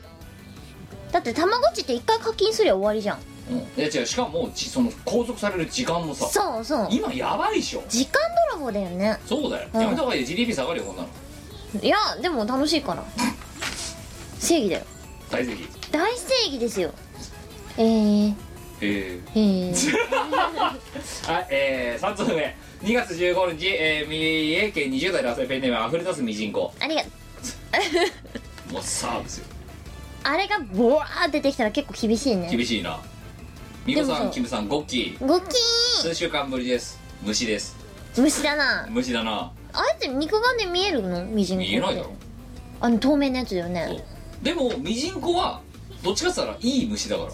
B: だってたまごっちって一回課金すりゃ終わりじゃん
A: うん、いや違うしかもじその拘束される時間もさ
B: そうそう
A: 今やばいでしょ
B: 時間泥棒だよね
A: そうだよ、
B: うん
A: やめた方がいいよ GDP 下がるよこんなの
B: いやでも楽しいから正義だよ
A: 大石
B: 大正義ですよえー、
A: え
B: えー、
A: ー、はいえー、3つ目2月15日、えー、三重県20代男性ペンネームあふれ出すミジンコ
B: あれが
A: もうサーですよ
B: あれがボワーって出てきたら結構厳しいね
A: 厳しいなミコ
B: で
A: さ
B: もそ
A: ん
B: う
A: キムさんゴッキ
B: ゴキ
A: ー数週間ぶりです虫です
B: ー虫だな
A: 虫だな
B: あれって肉眼で見えるのミジンコって
A: 見えないだろ
B: あの透明なやつだよね
A: でもミジンコはどっちかって言ったらいい虫だか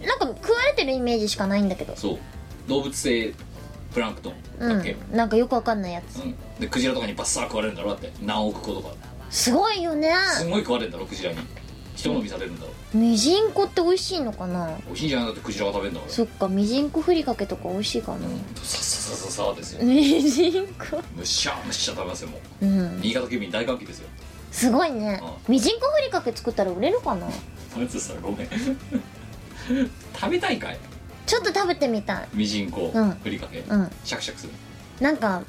A: ら
B: なんか食われてるイメージしかないんだけど
A: そう動物性プランクトン
B: う
A: だっけ、
B: んなんかよくわかんないやつ
A: うんでクジラとかにバッサー食われるんだろだって何億個とか
B: すごいよね
A: すごい食われるんだろクジラに人飲みされるんだろ
B: ミジンコって美味しいのかな
A: 美味しいんじゃないだってクジラが食べるんだから
B: そっかミジンコふりかけとか美味しいかな
A: さささささですよ
B: ミジンコ
A: むしゃむしゃ食べますよもう
B: うん
A: 新潟県民大歓喜ですよ
B: すごいね
A: う
B: ミジンコふりかけ作ったら売れるかな
A: それつさごめん 食べたいかい
B: ちょっと食べてみたい
A: みじんこ、
B: うん
A: ふりかけ、
B: うん
A: シャクシャクする
B: なんか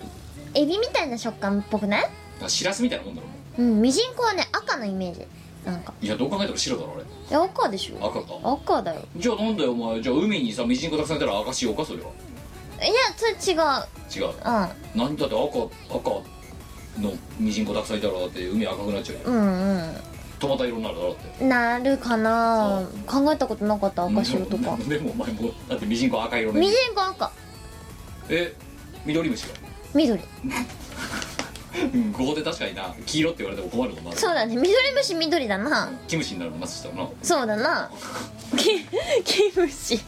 B: エビみたいな食感っぽくない
A: だからしらすみたいなもんだろも
B: うんミジンコはね赤のイメージなんか
A: ういやどう考えても白だろあれ
B: いや赤でしょ
A: 赤か
B: 赤だよ
A: じゃあなんだよお前じゃあ海にさみじんこたくさんいたら赤しようかそれはい
B: やそれ違う
A: 違うなんだって赤赤のみじんこたくさんいたらだって海赤くなっちゃうよ
B: うんうん
A: トマト色になるだろだって
B: うんなるかな考えたことなかった赤白とか
A: でもでもお前もうだってみじんこ赤色
B: ミ
A: ね
B: ジンコ赤
A: え緑虫よ
B: 緑
A: うんここで確かにな黄色って言われても困るもんな
B: そうだね緑虫緑だな
A: キムシになるもんなそしたらな
B: そうだなきキムシキム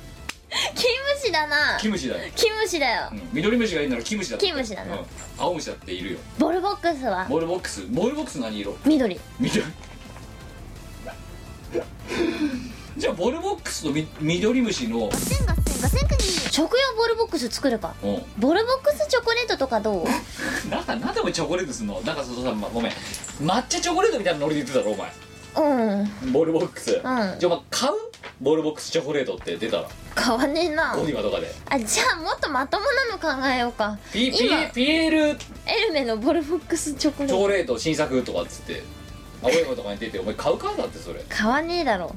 B: シだな
A: キムシだよ、
B: キムシだよ
A: うん、緑虫がいるならキムシだって
B: キムシだな
A: うん青虫だっているよ
B: ボルボックスは
A: ボールボックスボールボックス何色
B: 緑
A: 緑 じゃあボールボックスとみ緑虫の
C: 千五千五千国
B: 食用ボルボックス作るか
A: うん
B: ボルボックスチョコレートとかどう
A: なんかなんでもチョコレートすんのなんかそのさ、ま、ごめん抹茶チョコレートみたいなノリで言ってたろお前
B: うん
A: ボールボックス、
B: ん
A: じゃあま買うボールボックスチョコレートって出たら
B: 買わねえな
A: ゴディバとかで
B: あじゃあもっとまともなの考えようか
A: ピピ
B: 今
A: ピエールチ
B: エルメのボルボックスチョコレ
A: ョ
B: ー
A: コ
B: ト
A: レート新作とかっつって青山とかに出てお前買うかだってそれ
B: 買わねえだろ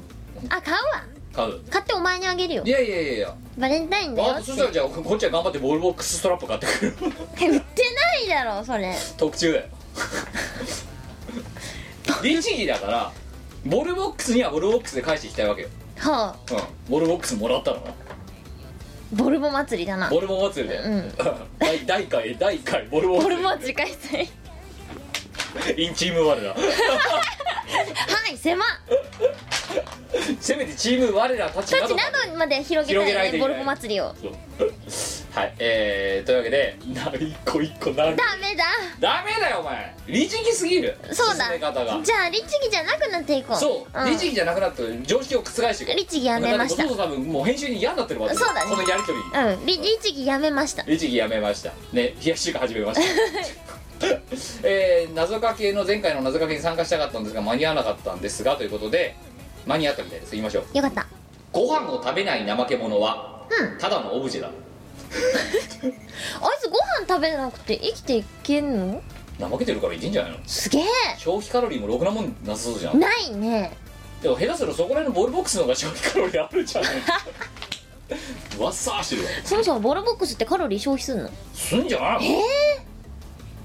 B: あ買うわ
A: 買う
B: 買ってお前にあげるよ
A: いやいやいやいや
B: バレンタインだよ
A: あ
B: っ
A: そしたら
B: て
A: じゃあこっちは頑張ってボールボックスストラップ買ってくる
B: 売ってないだろそれ
A: 特注 だよ律儀だからボールボックスにはボールボックスで返していきたいわけよ、
B: はあ
A: うん、ボールボックスもらったのな
B: ボルボ祭りだな
A: ボルボ祭りで、
B: うん
A: 第第一回第1回ボルボ
B: ボ
A: 祭
B: ル
A: り
B: ボ次回祭
A: インチーム我ら
B: はい狭っ
A: せめてチーム我らたちな
B: 土
A: ど
B: 地などまで広げたいよ
A: 広げないといけな
B: ねボ
A: い
B: ルボ祭りを
A: そうはいえー、というわけでな一個一個なる
B: ダメだ
A: ダメだよお前律儀すぎる
B: そうだ
A: 進め方が
B: じゃあ律儀じゃなくなっていこう
A: そう、
B: ん
A: 律儀じゃなくなって常識を覆していく
B: 律儀やめまし
A: だ
B: た
A: ってお父さん多分もう編集に嫌になってるわけよ
B: そうだね
A: このやりとり
B: うんり律儀やめました
A: 律儀やめましたね冷やし中華始めました えー、謎かけの前回の謎かけに参加したかったんですが間に合わなかったんですがということで間に合ったみたいです言いましょう
B: よかった
A: ご飯を食べない怠け者は、
B: う
A: ただのオブジェだ
B: あいつご飯食べなくて生きていけんの
A: 怠けてるからいけんじゃないの
B: すげえ
A: 消費カロリーもろくなもんなさそうじゃん
B: ないね
A: でも下手するとそこら辺のボールボックスの方が消費カロリーあるじゃん わっさーしてるわ
B: そもそもボルボックスってカロリー消費すんの
A: すんじゃない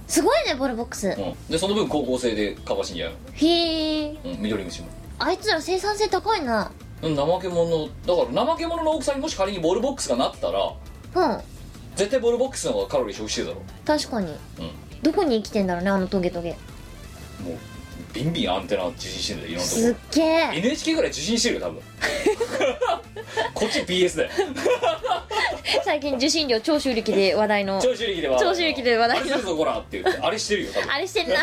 B: すごいねボルボック
A: の、
B: ス
A: うん、でその分高校生でかばしんじゃう
B: へえ
A: の、うん、緑虫も
B: あいつら生産性高いな
A: うん怠け者だから怠け者の大きさにもし仮にボールボックスがなったら
B: うん
A: 絶対ボールボックスの方がカロリー消費してるだろ
B: 確かに
A: うん
B: どこに生きてんだろうねあのトゲトゲ
A: もうビンビンアンテナ受信してるんだよいろんなとこ
B: すっげえ
A: NHK ぐらい受信してるよ多 分こっち BS だよ
B: 最近受信料徴収力で話題の
A: 長州力では
B: 長州力で話題
A: あ
B: の
A: れするぞこらって言ってあれしてるよ多分
B: あれして んな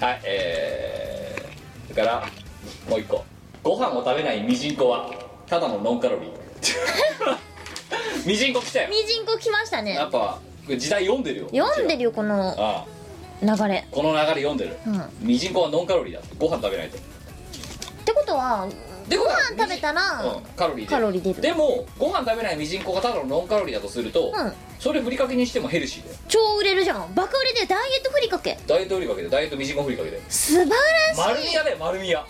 A: はいえー、それからもう一個ご飯を食べないミジンコはただのノンカロリーミジンコ来たよ
B: ミジンコ来ましたね
A: やっぱこれ時代読んでるよ
B: 読んでる
A: よ
B: よこの
A: ああ
B: 流れ
A: この流れ読んでる
B: うんっ
A: ミジンコはノンカロリーだご飯食べないと
B: てこととは
A: で
B: ご飯食べたら
A: うん、カロリー出
B: カ
A: る
B: ロリー出る
A: でもご飯食べないミジンコがただのノンカロリーだとすると、
B: うん
A: それふりかけにしてもヘルシーで
B: 超売れるじゃん爆売れでダイエットふりかけ
A: ダイエットふりかけでダイエットミジンコふりかけで
B: 素晴らしい
A: 丸み屋だよ丸み屋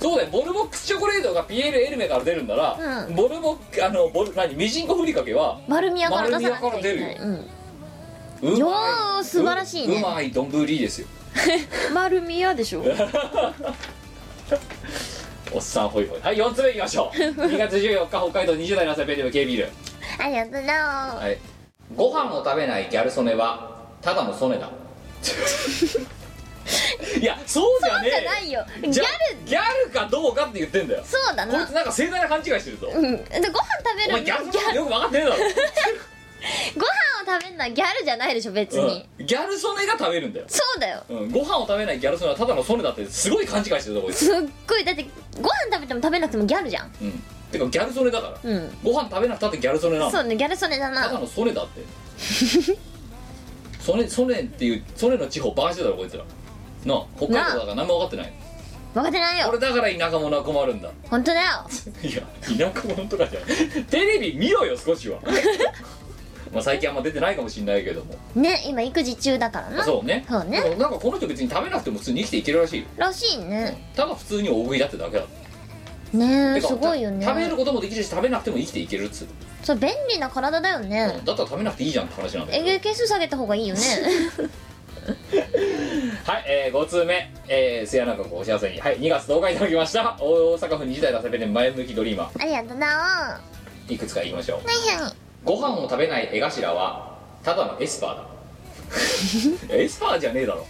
A: そうだよボルボックスチョコレートがピエール・エルメから出るんなら、
B: うん
A: ボルボックあのボル何ミジンコふりかけは
B: 丸宮から出さなくちゃいけ
A: 丸
B: な
A: み
B: い
A: 屋、
B: うん、
A: うまい
B: よー素晴らしいね
A: ううまい丼ですよ
B: 丸宮でしょ
A: おっさんホイホイはい4つ目いきましょう 2月14日北海道20代の朝ペンネーム K ビール
C: ありがとうございま
A: はい、ご飯を食べないギャル曽根はただの曽 根だいやそうじゃね
B: じゃな
A: え
B: いよギャル
A: じゃギャルかどうかって言ってんだよ
B: そうだ
A: こい
B: な
A: つなんか盛大な勘違いしてるぞ
B: うん、でご飯食べ
A: お
B: る
A: 前ギャル曽根よく分かってねえだろ
B: ご飯を食べるのはギャルじゃないでしょ別に、
A: うんギャル曽根が食べるんだよ、
B: そうだよ
A: うん、ご飯を食べないギャル曽根はただの曽根だってすごい勘違いしてるぞこいつ、
B: すっごいだってご飯食べても食べなくてもギャルじゃん
A: うん、てかギャル曽根だから
B: うん
A: ご飯食べなくたってギャル曽根なの
B: そうねギャル曽根だ
A: ただ
B: な
A: のソネだって ソネソネっていうソネの地方バカしてたろこいつらなあ北海道だから何も分かってない
B: 分かってないよ
A: 俺だから田舎者は困るんだ
B: 本当だよ
A: いや田舎者とかじゃないテレビ見ろよ少 しはまあ最近あんま出てないかもしれないけども
B: ね今育児中だからな
A: そうね
B: そうね
A: でもなんかこの人別に食べなくても普通に生きていけるらしいよ
B: らしいね
A: ただ普通に大食いだってだけだって
B: ねえ
A: てか
B: すごいよね
A: た食べることもできるし食べなくても生きていけるっつう、
B: そう便利な体だよね
A: だったら食べなくていいじゃんって話なんだけ
B: 演
A: ど
B: 芸係数下げた方がいいよね
A: はい、えー、5通目、えー、末永くお幸せに。はい、2月10日いただきました。大阪府20代のセペン前向きドリーマ
C: すありがとうございま
A: ー。いくつか言いましょう。
C: すはいはい
A: ご飯を食べない絵頭は、ただのエスパーだ。 エスパーじゃねえだろ。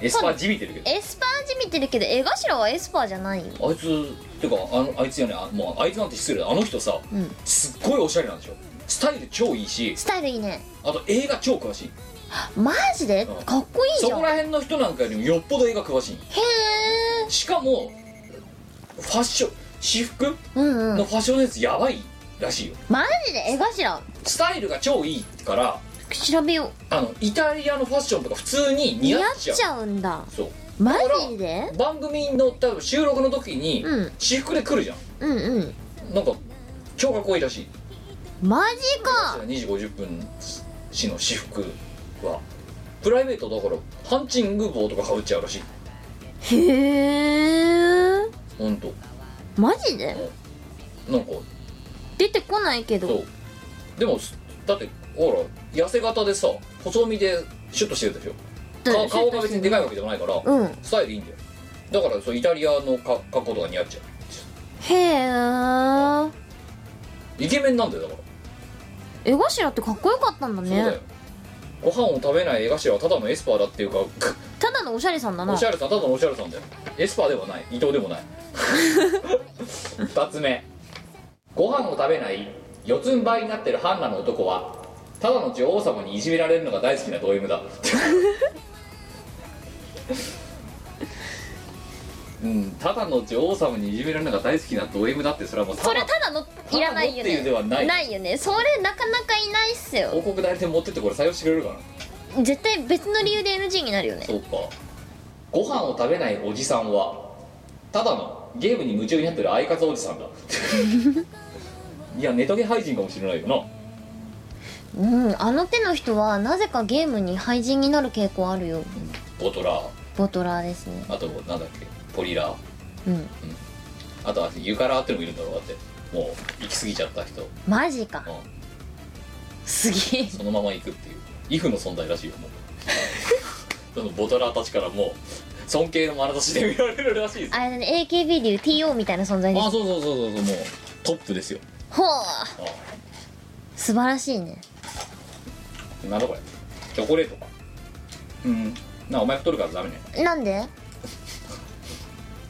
A: エスパーじみてるけ
B: エスパーじみてるけど絵頭はエスパーじゃないよ
A: ど。あいつ、てか、あのあいつよね、あもうあいつなんて失礼だ。あの人さ、
B: うん
A: すっごいおしゃれなんでしょ。スタイル超いいし、
B: スタイルいいね
A: あと映画超詳しい。
B: マジで
A: うん
B: かっこいい
A: そ
B: じゃん
A: こ
B: へ
A: ら辺の人なんかよりもよっぽど映画詳しい。
B: え
A: しかも、ファッション、私服
B: うんう
A: の
B: ん
A: ファッションセンスやばいらしいよ
B: マジで絵頭
A: スタイルが超いいから
B: 調べよう
A: あのイタリアのファッションとか普通に似
B: 似
A: 合
B: 合
A: っ
B: っ
A: ち
B: ち
A: ゃう
B: ゃうんだ
A: そう
B: マジで
A: 番組の多分収録の時に
B: うん
A: 私服で来るじゃん、
B: うんうん
A: なんか超かっこいいらしい
B: マジか
A: 2時50分しの私服はプライベートだからハンチング帽とかかぶっちゃうらしい
B: へえ
A: ほんと
B: マジで
A: なんか
B: 出てこないけ
A: そ
B: ど
A: うでもだってほら痩せ型でさ細身でシュッとしてるでしょか顔が別にでかいわけじゃないから、
B: うん
A: スタイルいいんだよだからそうイタリアのか格好とか似合っちゃ
B: へえ
A: うイケメンなんだよだから、
B: 絵頭ってかっこよかったんだ
A: そうだよ
B: ね
A: ご飯を食べない絵頭はただのエスパーだっていうか
B: ただのおしゃれさんだな
A: おしゃれさんただのおしゃれさんだよエスパーではない伊藤でも ない二つ目ご飯を食べない四つん這いになってるハンナの男はただの女王様にいじめられるのが大好きなド M だうん、ただの女王様にいじめられるのが大好きなド M だってそれはもう
B: それただのいらないよ
A: ただのっていう
B: ね
A: ではない
B: ないよねそれなかなかいないっすよ
A: 広告代理店持ってってこれ採用してくれるかな
B: 絶対別の理由で NG になるよね
A: そうかご飯を食べないおじさんはただのゲームに夢中になってる相方おじさんだ いやネトゲ廃人かもしれないよな
B: うんあの手の人はなぜかゲームに廃人になる傾向あるよ
A: ボトラー
B: ボトラーですね
A: あとなんだっけポリラー
B: うん
A: あとはユカラーってのもいるんだろうだってもう行き過ぎちゃった人、うん、
B: マジかすげえ
A: そのまま行くっていうイフの存在らしいよもう そのボトラーたちからもう尊敬の眼差しで見られるらしいです
B: あれだね AKB でいう TO みたいな存在で
A: あ
B: す
A: そうそうそうそうそうもうトップですよ
B: ほう
A: あ
B: 素晴らしいね
A: なんだこれチョコレートかうんなお前太るからダメね
B: なんで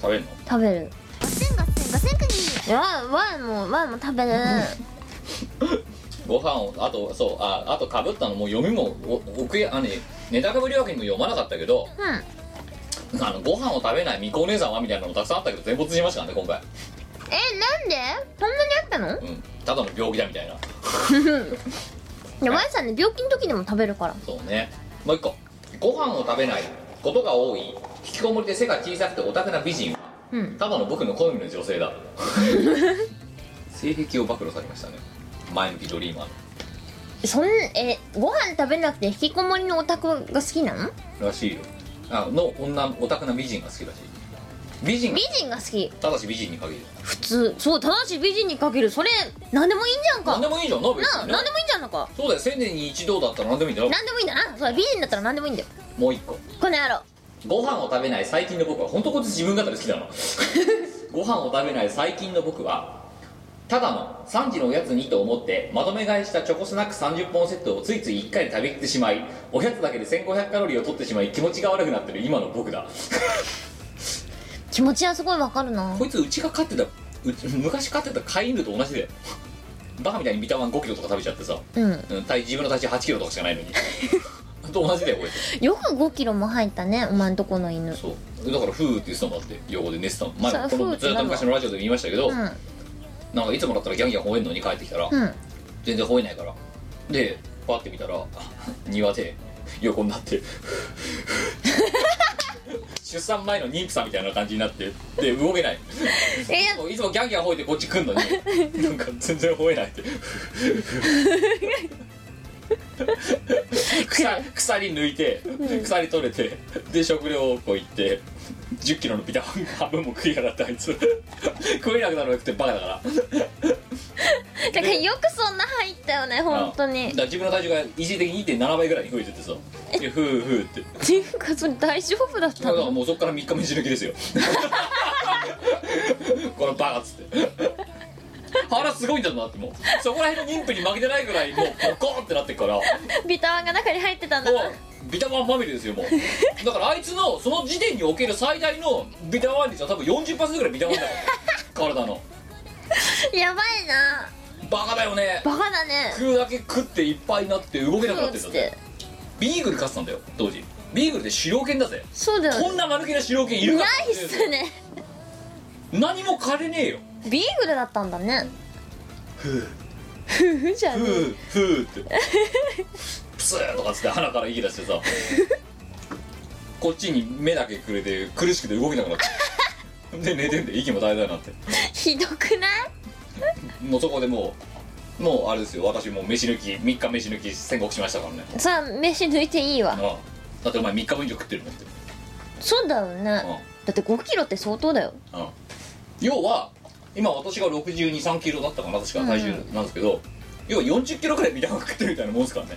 A: 食べるの
B: 食べる
C: ごせんごせんごせんくに
B: わわもわも食べる
A: ご飯をあとそうああとかぶったのもう読みもお奥へあのねネタかぶりわけにも読まなかったけど
B: うん
A: あのご飯を食べないみこお姉さんはみたいなのもたくさんあったけど全没しましたからね今回、
B: えなんでそんなにあったの
A: うん、ただの病気だみたいない
B: やまやさんね病気の時でも食べるから
A: そうねもう一個ご飯を食べないことが多い引きこもりで背が小さくてオタクな美人は
B: うん
A: ただの僕の好みの女性だ 性癖を暴露されましたね前向きドリーマー
B: そんえご飯食べなくて引きこもりのオタクが好きなの
A: のらしいよあの女オタクな美人が好きらしい美人
B: 美人が好き
A: ただし美人に限る
B: 普通そうただし美人に限るそれ何でもいいんじゃんか
A: 何でもいいじゃんな別
B: な
A: に、ね、
B: 何でもいいんじゃんのか
A: そうだよ千年に一度だったら何でもいいんだよ
B: 何でもいいんだなそうだ美人だったら何でもいいんだよ
A: もう一個
B: この野郎
A: ご飯を食べない最近の僕は本当こいつ自分語り好きだな ご飯を食べない最近の僕はただの3時のおやつにと思ってまとめ買いしたチョコスナック30本セットをついつい1回で食べきってしまいおやつだけで1500カロリーを取ってしまい気持ちが悪くなってる今の僕だ
B: 気持ちはすごいわかるな
A: こいつうちが飼ってたうち 昔飼ってた飼い犬と同じだよ バカみたいにビタマン5キロとか食べちゃってさ、
B: うん
A: うん体自分の体重8キロとかしかないのに と同じだよこいつ
B: よく5キロも入ったねお前んとこの犬
A: そうだから「フー」って言ってたもんだって横で寝てたの前
B: そう
A: もこ
B: フー
A: の
B: って
A: ず
B: な
A: っ
B: んだ
A: と昔のラジオでも言いましたけど、
B: うん
A: なんかいつもだったらギャンギャン吠えんのに帰ってきたら、
B: うん
A: 全然吠えないからでパッて見たら 庭で横になって 出産前の妊婦さんみたいな感じになってで動けない
B: え
A: もういつもギャンギャン吠えてこっち来んのに なんか全然吠えないって鎖鎖抜いて鎖取れてで食料庫行って1 0キロのビタミン 半分も食いやがってあいつ食えなくなるなくてバカだから
B: だからよくそんな入ったよね本当
A: あだ
B: に
A: から自分の体重が一時的に1.7倍ぐらいに増えててさでふうふうって
B: っていうかそれ大丈夫だった
A: だから
B: の
A: もうそっから3日目死ぬ気ですよこのバカっつって腹すごいんだなってもうそこら辺の妊婦に負けてないぐらいもうボコーンってなってっからも
B: ビタワンが中に入ってたんだな
A: うビタマンファミリーですよもうだからあいつのその時点における最大のビタマン率は多分40%ぐらいビタマンだから体の
B: やばいな
A: バカだよね
B: バカだね
A: 食うだけ食っていっぱいになって動けなくなってん
B: そ
A: だ
B: う
A: ぜビーグル飼ってたんだよ当時ビーグルで狩猟犬だぜ
B: そうだ
A: こ
B: よ
A: んな丸気な狩猟犬いるか
B: ないっすね
A: 何も枯れねえよ
B: ビーグルだったんだねふふじゃ
A: ふ
B: ねえ
A: ーふーってプスーとかつって鼻から息出してさこっちに目だけくれて苦しくて動けなくなってで寝てんで息も絶え絶えなって
B: ひどくない
A: もうそこでもうもうあれですよ私もう飯抜き3日飯抜き宣告しましたからね
B: さあ飯抜いていいわ
A: ああだってお前3日分以上食ってるもんって
B: そうだよねだって5キロって相当だよ
A: うん要は今私が6 2 3キロだったかな確か体重なんですけど、要は4 0キロくらいビタミン食ってるみたいなもんですからね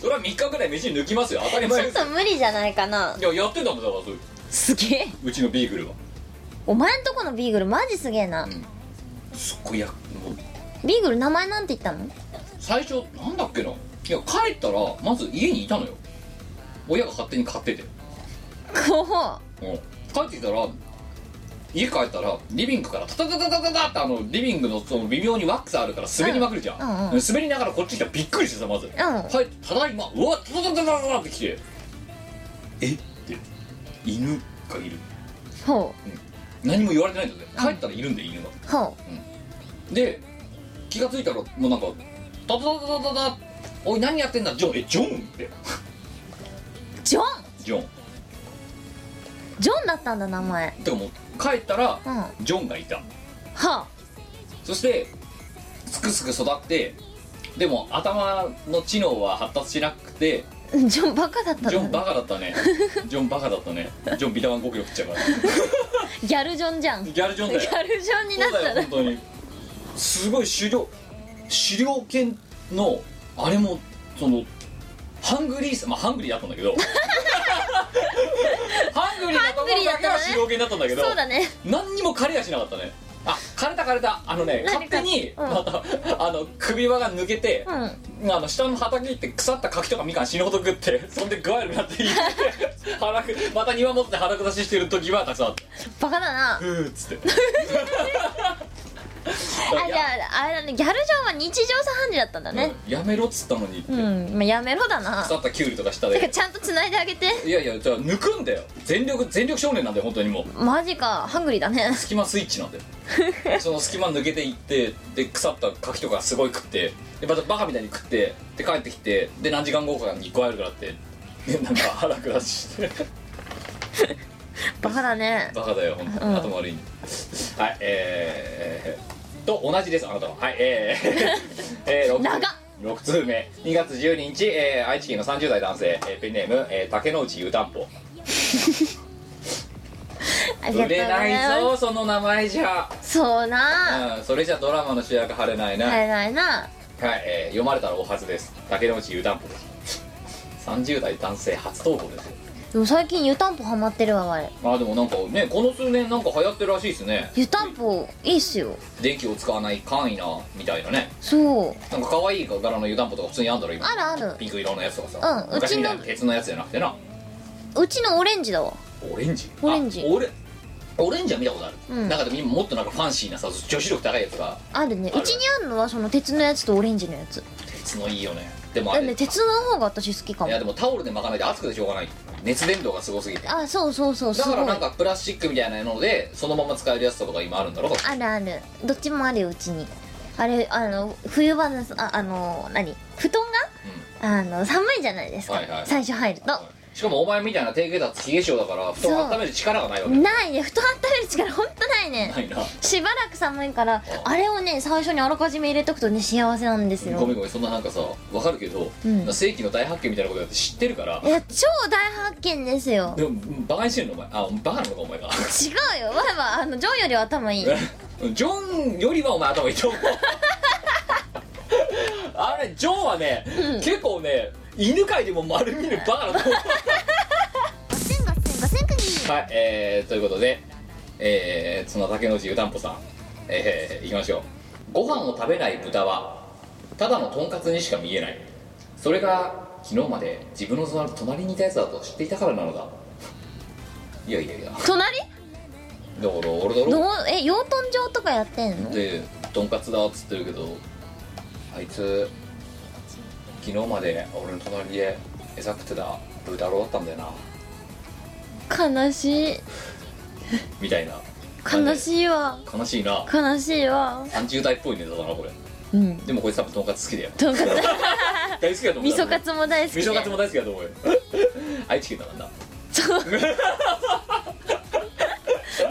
A: それは3日くらい飯抜きますよ当たり
B: ち
A: 前
B: ょ
A: で
B: っ
A: すよ
B: と無理じゃないかない
A: ややってたんだだからそれ
B: すげえ
A: うちのビーグルは
B: お前んとこのビーグルマジすげえな
A: すっごいやもう
B: ビーグル名前なんて言ったの
A: 最初なんだっけないや帰ったらまず家にいたのよ親が勝手に買ってて、
B: こ
A: うん、帰ってきたら家帰ったらリビングからタタタタタタタってあのリビングのその微妙にワックスあるから滑りまくるじゃん、
B: うんうんうん
A: 滑りながらこっち来たらびっくりしてさまず、
B: ううん
A: はい、ただいま、うわ、ただただただただって来て、えって、犬がいる。
B: ほ
A: 何も言われてないんだぜ。帰ったらいるんで、犬が。
B: うほ
A: で、気がついたら、もうなんか、ただただただただ、おい、何やってんだ、ジョン、え、ジョンって、
B: うジョン
A: ジョン。
B: ジョンだったんだ名前
A: てかもう、帰ったら
B: う、んは
A: ジョンがいた。
B: あ
A: そして、すくすく育って、でも頭の知能は発達しなくて、
B: ジョンバカだった
A: ジョン
B: んだ
A: バカだった ね。ジョンバカだったね。ジョンビタマン5キロ食っちゃうから。
B: ギャルジョンじゃんギ
A: ギャルジョンだよ。
B: ャルジョンにな
A: そ
B: っ
A: うだ
B: た
A: よ
B: ら
A: 本当にすごい狩猟狩猟犬のあれもそのハングリーさまあハングリーだったんだ けどハングリーだったものだけは狩猟犬だったんだけど
B: そうだね
A: 何にも狩りはしなかったねあ枯れた枯れたあのね
B: 何
A: 勝手に、
B: うん
A: また あの首輪が抜けて
B: う、ん
A: あの下の畑行って腐った柿とかみかん死ぬほど食ってそんで具合悪くな っていって腹くまた庭持って腹下ししてる時はたくさんあった
B: バカだなあ
A: ふーっつって
B: じゃああれだねギャルジョンは日常茶飯事だったんだね
A: うんやめろっつったのにって、
B: うん、まあ、やめろだな
A: 腐ったキュウリとか下
B: てか
A: で
B: ちゃんと繋いであげて
A: いやいやじゃあ抜くんだよ全力全力少年なんだよ本当にもう
B: マジかハングリーだね
A: 隙間スイッチなんだ よその隙間抜けていってで腐った柿とかすごい食ってでまたバカみたいに食ってで帰ってきてで何時間後かに1個あるからってでなんか腹下して
B: バカだね
A: バカだよ本当
B: う
A: に
B: ん
A: 頭悪い、はいえー、と同じですあなたははいえー、えー、
B: 長っ
A: 6, 通目2月12日、えー、愛知県の30代男性、えーペンネーム、えー、竹之内湯たんぽ
B: ありがとう
A: 売
B: ご
A: れ
B: ざい
A: ない
B: ま
A: ぞその名前じゃ、
B: すそうな
A: うん、それじゃドラマの主役張れないな、
B: あれないな
A: はい、えー読まれたらおはずです竹之内湯たんぽです30代男性初投稿ですよ
B: でも最近湯たんぽハマってるわ我
A: まあでもなんかねこの数年なんか流行ってるらしいですね
B: 湯たんぽいいっすよ
A: 電気を使わない簡易なみたいなね
B: そう
A: なんか可愛い柄の湯たんぽとか普通にあんだろ今
B: あるある
A: ピンク色のやつとかさ、
B: うん
A: 昔みたいう
B: ち
A: な
B: の
A: 鉄のやつじゃなくてな
B: うちのオレンジだわ
A: オレンジ
B: オレンジ
A: あオレオレンジは見たことある、
B: うん
A: なんかでも今もっとなんかファンシーなさ女子力高いやつが
B: あるね
A: ある
B: うちにあるのはその鉄のやつとオレンジのやつ
A: 鉄のいいよねでもあ
B: だ
A: れ、
B: ね鉄の方が私好きか
A: い
B: も
A: やでもタオルで巻かないと熱くてしょうがない熱伝導がすごすぎて
B: あそうそうそうす
A: だ
B: ご
A: から
B: い
A: なんかプラスチックみたいなのでそのまま使えるやつとかが今あるんだろう
B: あるあるどっちもあるようちにあれあの冬場のああの何布団が、あの寒いじゃないですか、
A: はいはい
B: 最初入ると、
A: しかもお前みたいな低血圧冷え性だから布団温める力がないわけだ
B: ないね布団温める力ほんとないね
A: ないな
B: しばらく寒いからあれをね最初にあらかじめ入れとくとね幸せなんですよ
A: ごめんごめんそんななんかさわかるけど、
B: うん
A: 正規の大発見みたいなことだって知ってるから
B: いや超大発見ですよ
A: でもバカにしてんのお前あバカなのかお前が
B: 違うよわいはあのジョンよりは頭いい
A: ジョンよりはお前頭いいと思う あれジョンはね、結構ね犬界でも丸見えるバカなと思
C: ごすんごすんごすんく
A: う はいえー、ということでえー、その竹之内湯たんぽさんえー、いきましょうご飯を食べない豚はただのとんかつにしか見えないそれが昨日まで自分の隣にいたやつだと知っていたからなのだいやいやいやだか
B: 隣
A: ら俺だろ
B: どうえ養豚場とかやってんの
A: でとんかつだっつってるけどあいつ昨日まで俺の隣で餌食ってた豚郎だったんだよな
B: 悲しい
A: みたいな
B: 悲しいわ
A: 悲しいな
B: 悲しいわ
A: 30代っぽいネタだなこれ
B: うん
A: でもこいつ多分とんかつ好き だよ
B: とんか
A: 大好きだと
B: つ
A: 思う
B: 味噌カツも大好き
A: 味噌カツも大好きだと思うよ 愛知県だからな
B: そう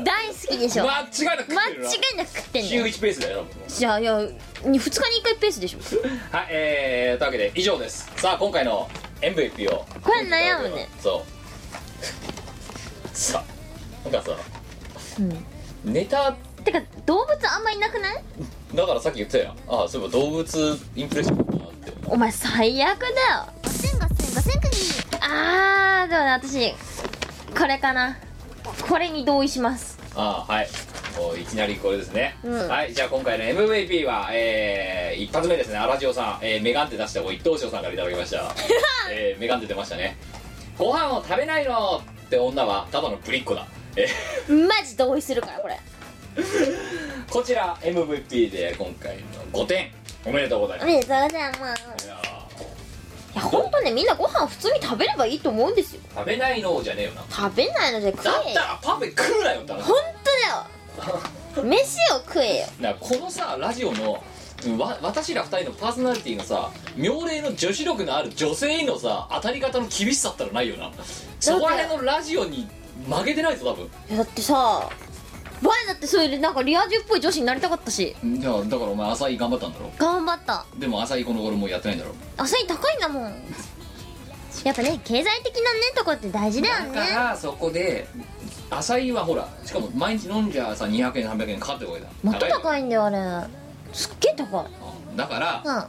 B: 大好きでしょ
A: 間違いなく
B: 間
A: 食って
B: 違
A: るない
B: なく食ってん
A: 週
B: ね
A: 1ペースだよ多分
B: じゃあいや2日に1回ペースでしょ
A: はいえー、というわけで以上ですさあ今回の MVP を
B: これ悩むね
A: そうさあなんかさ
B: うん
A: ネタ
B: てか動物あんまいなくない
A: だからさっき言ったやんああそういえば動物インプレッションだなって
B: お前最悪だよ
C: ごすんごすんごすんく
B: あーでもね私これかなこれに同意します
A: ああはいもういきなりこれですね、
B: うん
A: はいじゃあ今回の MVP はえー、一発目ですねアラジオさん、えー、メガンテ出した子一等賞さんからいただきました えー、メガンテ出ましたねご飯を食べないのって女はただのぶりっ子だえ
B: マジ同意するからこれ
A: ーこちら MVP で今回の5点おめでとうござい
B: お
A: ます
B: めでとうございます
A: いや
B: いやほんとねみんなご飯普通に食べればいいと思うんですよ
A: ー食べないのじゃねえよな
B: 食べないので食
A: だっ
B: え
A: た
B: よ
A: らパフェ食うなよって話
B: ほんとだよ飯を食えよ
A: だからこのさラジオのわ私ら二人のパーソナリティのさ妙齢の女子力のある女性へのさ当たり方の厳しさったらないよなそこら辺のラジオに負けてないぞ多
B: いやだってさ前だってそれでなんかリア充っぽい女子になりたかったし
A: 分いやだからお前浅井頑張ったんだろ
B: 頑張った
A: でも浅井この頃もうやってないんだろ
B: 浅い高いんだもんやっぱね経済的なねとこって大事だよ
A: だか
B: ね
A: らそこで浅井はほらしかも毎日飲んじゃさ200円300円かかってるわけだ
B: もっと
A: い
B: 高いんだよあれすっげえ高い
A: うんだから
B: うん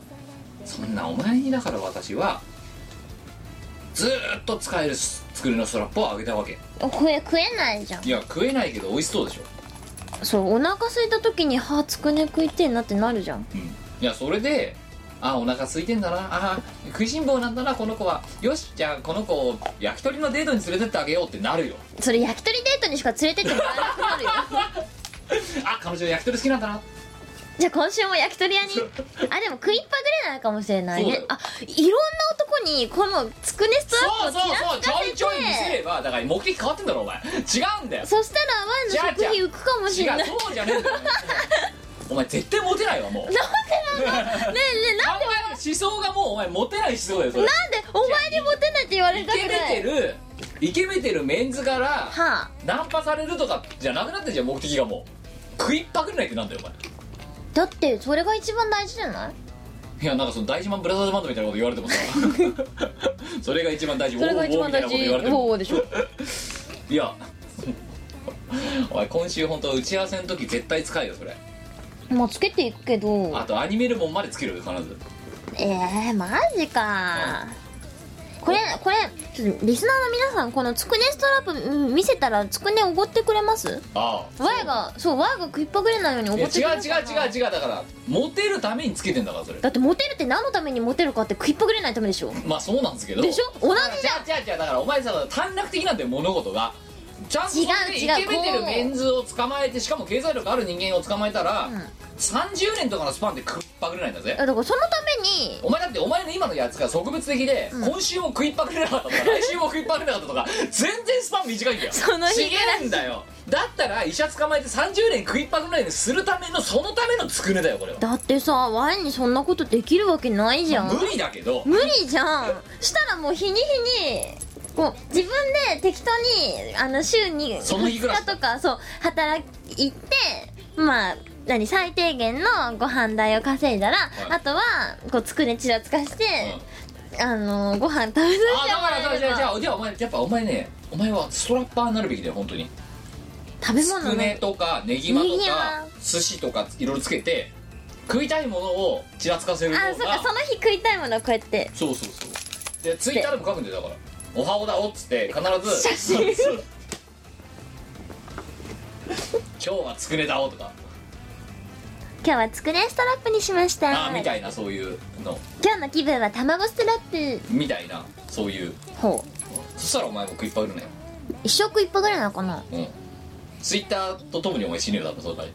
A: そんなお前にだから私はずーっと使える作りのストラップをあげたわけ
B: 食え食えないじゃん
A: いや食えないけど美味しそうでしょ
B: そうお腹空いた時に歯つくね食いてえなってなるじゃん
A: うんいやそれであお腹空いてんだなあ食いしん坊なんだなこの子はよしじゃあこの子を焼き鳥のデートに連れてってあげようってなるよ
B: それ焼き鳥デートにしか連れてってもらえなくなるよ
A: あ彼女焼き鳥好きなんだな
B: じゃあ今週も焼き鳥屋にあでも食いっぱぐれないかもしれない
A: そうだ
B: ね
A: よ
B: あいろんな男にこのつくねスト
A: そう
B: ラップを
A: そうそう
B: ちらつ
A: ちょ
B: か
A: い
B: せ
A: ちょい見せ
B: て
A: ればだから目的変わってんだろお前違うんだよ
B: そしたらワイの食費浮くかもし
A: 違
B: れないう
A: そうじゃねえんだよお前絶対モテないわもう
B: ねえねえな
A: あんまり思想がもうお前モテない思想だよそれ
B: なんでお前にモテないって言われ
A: イ
B: たく
A: ケ
B: な
A: メて
B: い
A: るイケめてるメンズから
B: はあ
A: ナンパされるとかじゃなくなってんじゃん目的がもう食いっぱぐれないってなんだよお前
B: だってそれが一番大事じゃない
A: いやなんかその大事マンブラザーズバンドみたいなこと言われてもさ それが一番大事
B: それが一番大
A: ウォーウォーみたいなこと言
B: 事
A: われても
B: 方法でしょ
A: いやお前今週本当打ち合わせの時絶対使えよそれ
B: まあつけていくけど
A: あとアニメルモンまでつけるよ必ず
B: えー、マジかこれこれちょっとリスナーの皆さんこのつくねストラップうん見せたらつくねおごってくれます
A: ああ
B: わいがそうわいが食いっぱぐれないようにお
A: い
B: ご
A: や
B: ってくれ
A: 違う
B: る
A: 違う違う違うだからモテるためにつけてんだからそれ
B: だってモテるって何のためにモテるかって食いっぱぐれないためでしょ
A: まあそうなんですけど
B: でしょ同じ
A: じゃあじゃあじゃあだからお前さ短絡的なんだよ物事がちゃんと
B: 違う
A: それで
B: 違う
A: イケメンてる
B: こう
A: メンズを捕まえてしかも経済力ある人間を捕まえたら、
B: ん
A: 30年とかのスパンで食っぱぐれないんだぜ
B: だからそのために
A: お前だってお前の今のやつが特別的で、今週も食いっぱぐれなかったとか来週も食いっぱぐれなかったとか全然スパン短いんだよ
B: その日暮らし
A: 違えんだよだったら医者捕まえて30年食いっぱぐれないようにするためのそのためのつくねだよこれは
B: だってさワイにそんなことできるわけないじゃん、
A: 無理だけど
B: 無理じゃんしたらもう日に日にこう自分で適当にあの週に
A: その日暮らし
B: 2日とかそう働いてまあ何最低限のご飯代を稼いだら、あとはこうつくねちらつかして、あのご飯食べさせて
A: あだ
B: も
A: からら
B: え
A: じゃあじ
B: る
A: ゃ
B: の
A: あじゃあお前やっぱお前ねお前はストラッパーになるべきだよ本当に
B: 食べ
A: つ
B: 物
A: く
B: の
A: ねとかネギまと
B: ネギ
A: か
B: ま
A: 寿司とかいろいろつけて食いたいものをちらつかせる
B: あ
A: 方
B: そっか
A: が
B: その日食いたいものをこうやって
A: そうそうそうでツイッターでも書くんだよだから「おはおだお」っつって必ず
B: 写真
A: そうそう今日はつくねだお」とか
B: 今日はつくねストラップにしました
A: あーみたいなそういうの
B: 今日の気分は卵ストラップ
A: みたいなそういう
B: ほ
A: そしたらお前も食いっぱいいるね
B: う一食一杯ぐらいなのかな
A: うんツイッターとともにお前死ぬよ多分その場合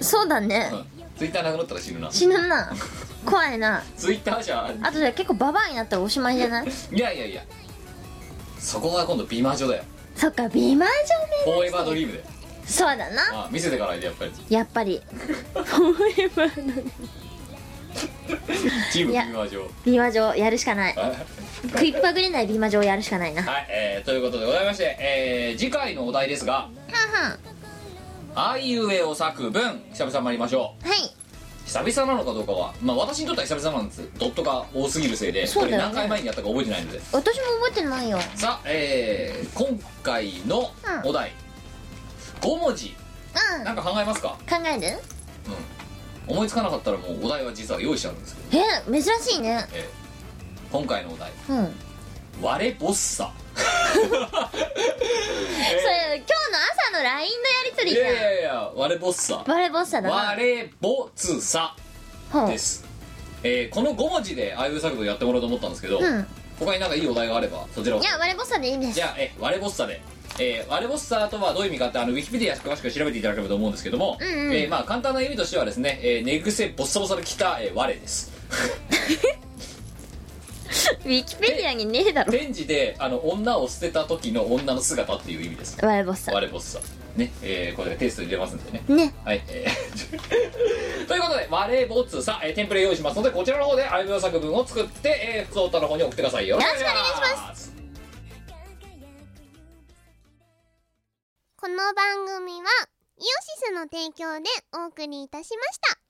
B: そうだね
A: ツイッターなくなったら死ぬな
B: 死ぬな怖いな
A: ツイッターじゃ
B: あとで結構ババアになったらおしまいじゃない
A: いやいやいやそこが今度美魔女だよ
B: そっか美魔女
A: フォーエバードリームで
B: めそうだな
A: あ見せてからやっぱり
B: やっぱりフォーエバーの
A: チーム
B: いや
A: 美魔女
B: 美魔女をやるしかない
A: はい
B: 食いっぱぐれない美魔女をやるしかないなは
A: はい、えーということでございまして、えー次回のお題ですが
B: んはんは
A: 「あいうえを作文」久々参りましょう
B: い
A: 久々なのかどうかはまあ私にとっては久々なんですドットが多すぎるせいで
B: そうだよね
A: これ何回前にやったか覚えてないので
B: 私も覚えてないよ
A: さあ、えー今回のお題、5文字
B: うん
A: なんか考えますか、
B: 考える
A: うん、思いつかなかったらもうお題は実は用意してあるんですけど、
B: え珍しいね
A: えー今回のお題
B: うん、
A: 「割れボッサ」
B: それ今日の朝の LINE のやりとり
A: い
B: じゃ
A: やい
B: ん
A: やいや割れボッサ
B: バレボッサだな
A: 割れぼつさ
B: ほう
A: です、えーこの5文字でああいう作文やってもらおうと思ったんですけど、
B: うん
A: 他になんかいいお題があればそちらを
B: いやバレボッサでいいんです
A: じゃあ、えー、割れぼっさで、えー、割れぼっさとはどういう意味かってあのウィキペディア詳しく調べていただければと思うんですけども、
B: うんうん
A: えーまあ、簡単な意味としてはですね、えー、寝癖ボッサボサで着た、えー、我です
B: ウィキペディアにねえだろ
A: 展示であの女を捨てた時の女の姿っていう意味です
B: バレボッサ
A: 割れぼっさね、えーこれでテスト入れますんでね
B: ね
A: はい、 えーということで、マレーボツさ、えー、テンプレ用意しますので、こちらの方でアイブ作文を作って、えー、普通歌の方に送ってくださいよ。
B: よろしくお願いします
A: す。
C: この番組はイオシスの提供でお送りいたしました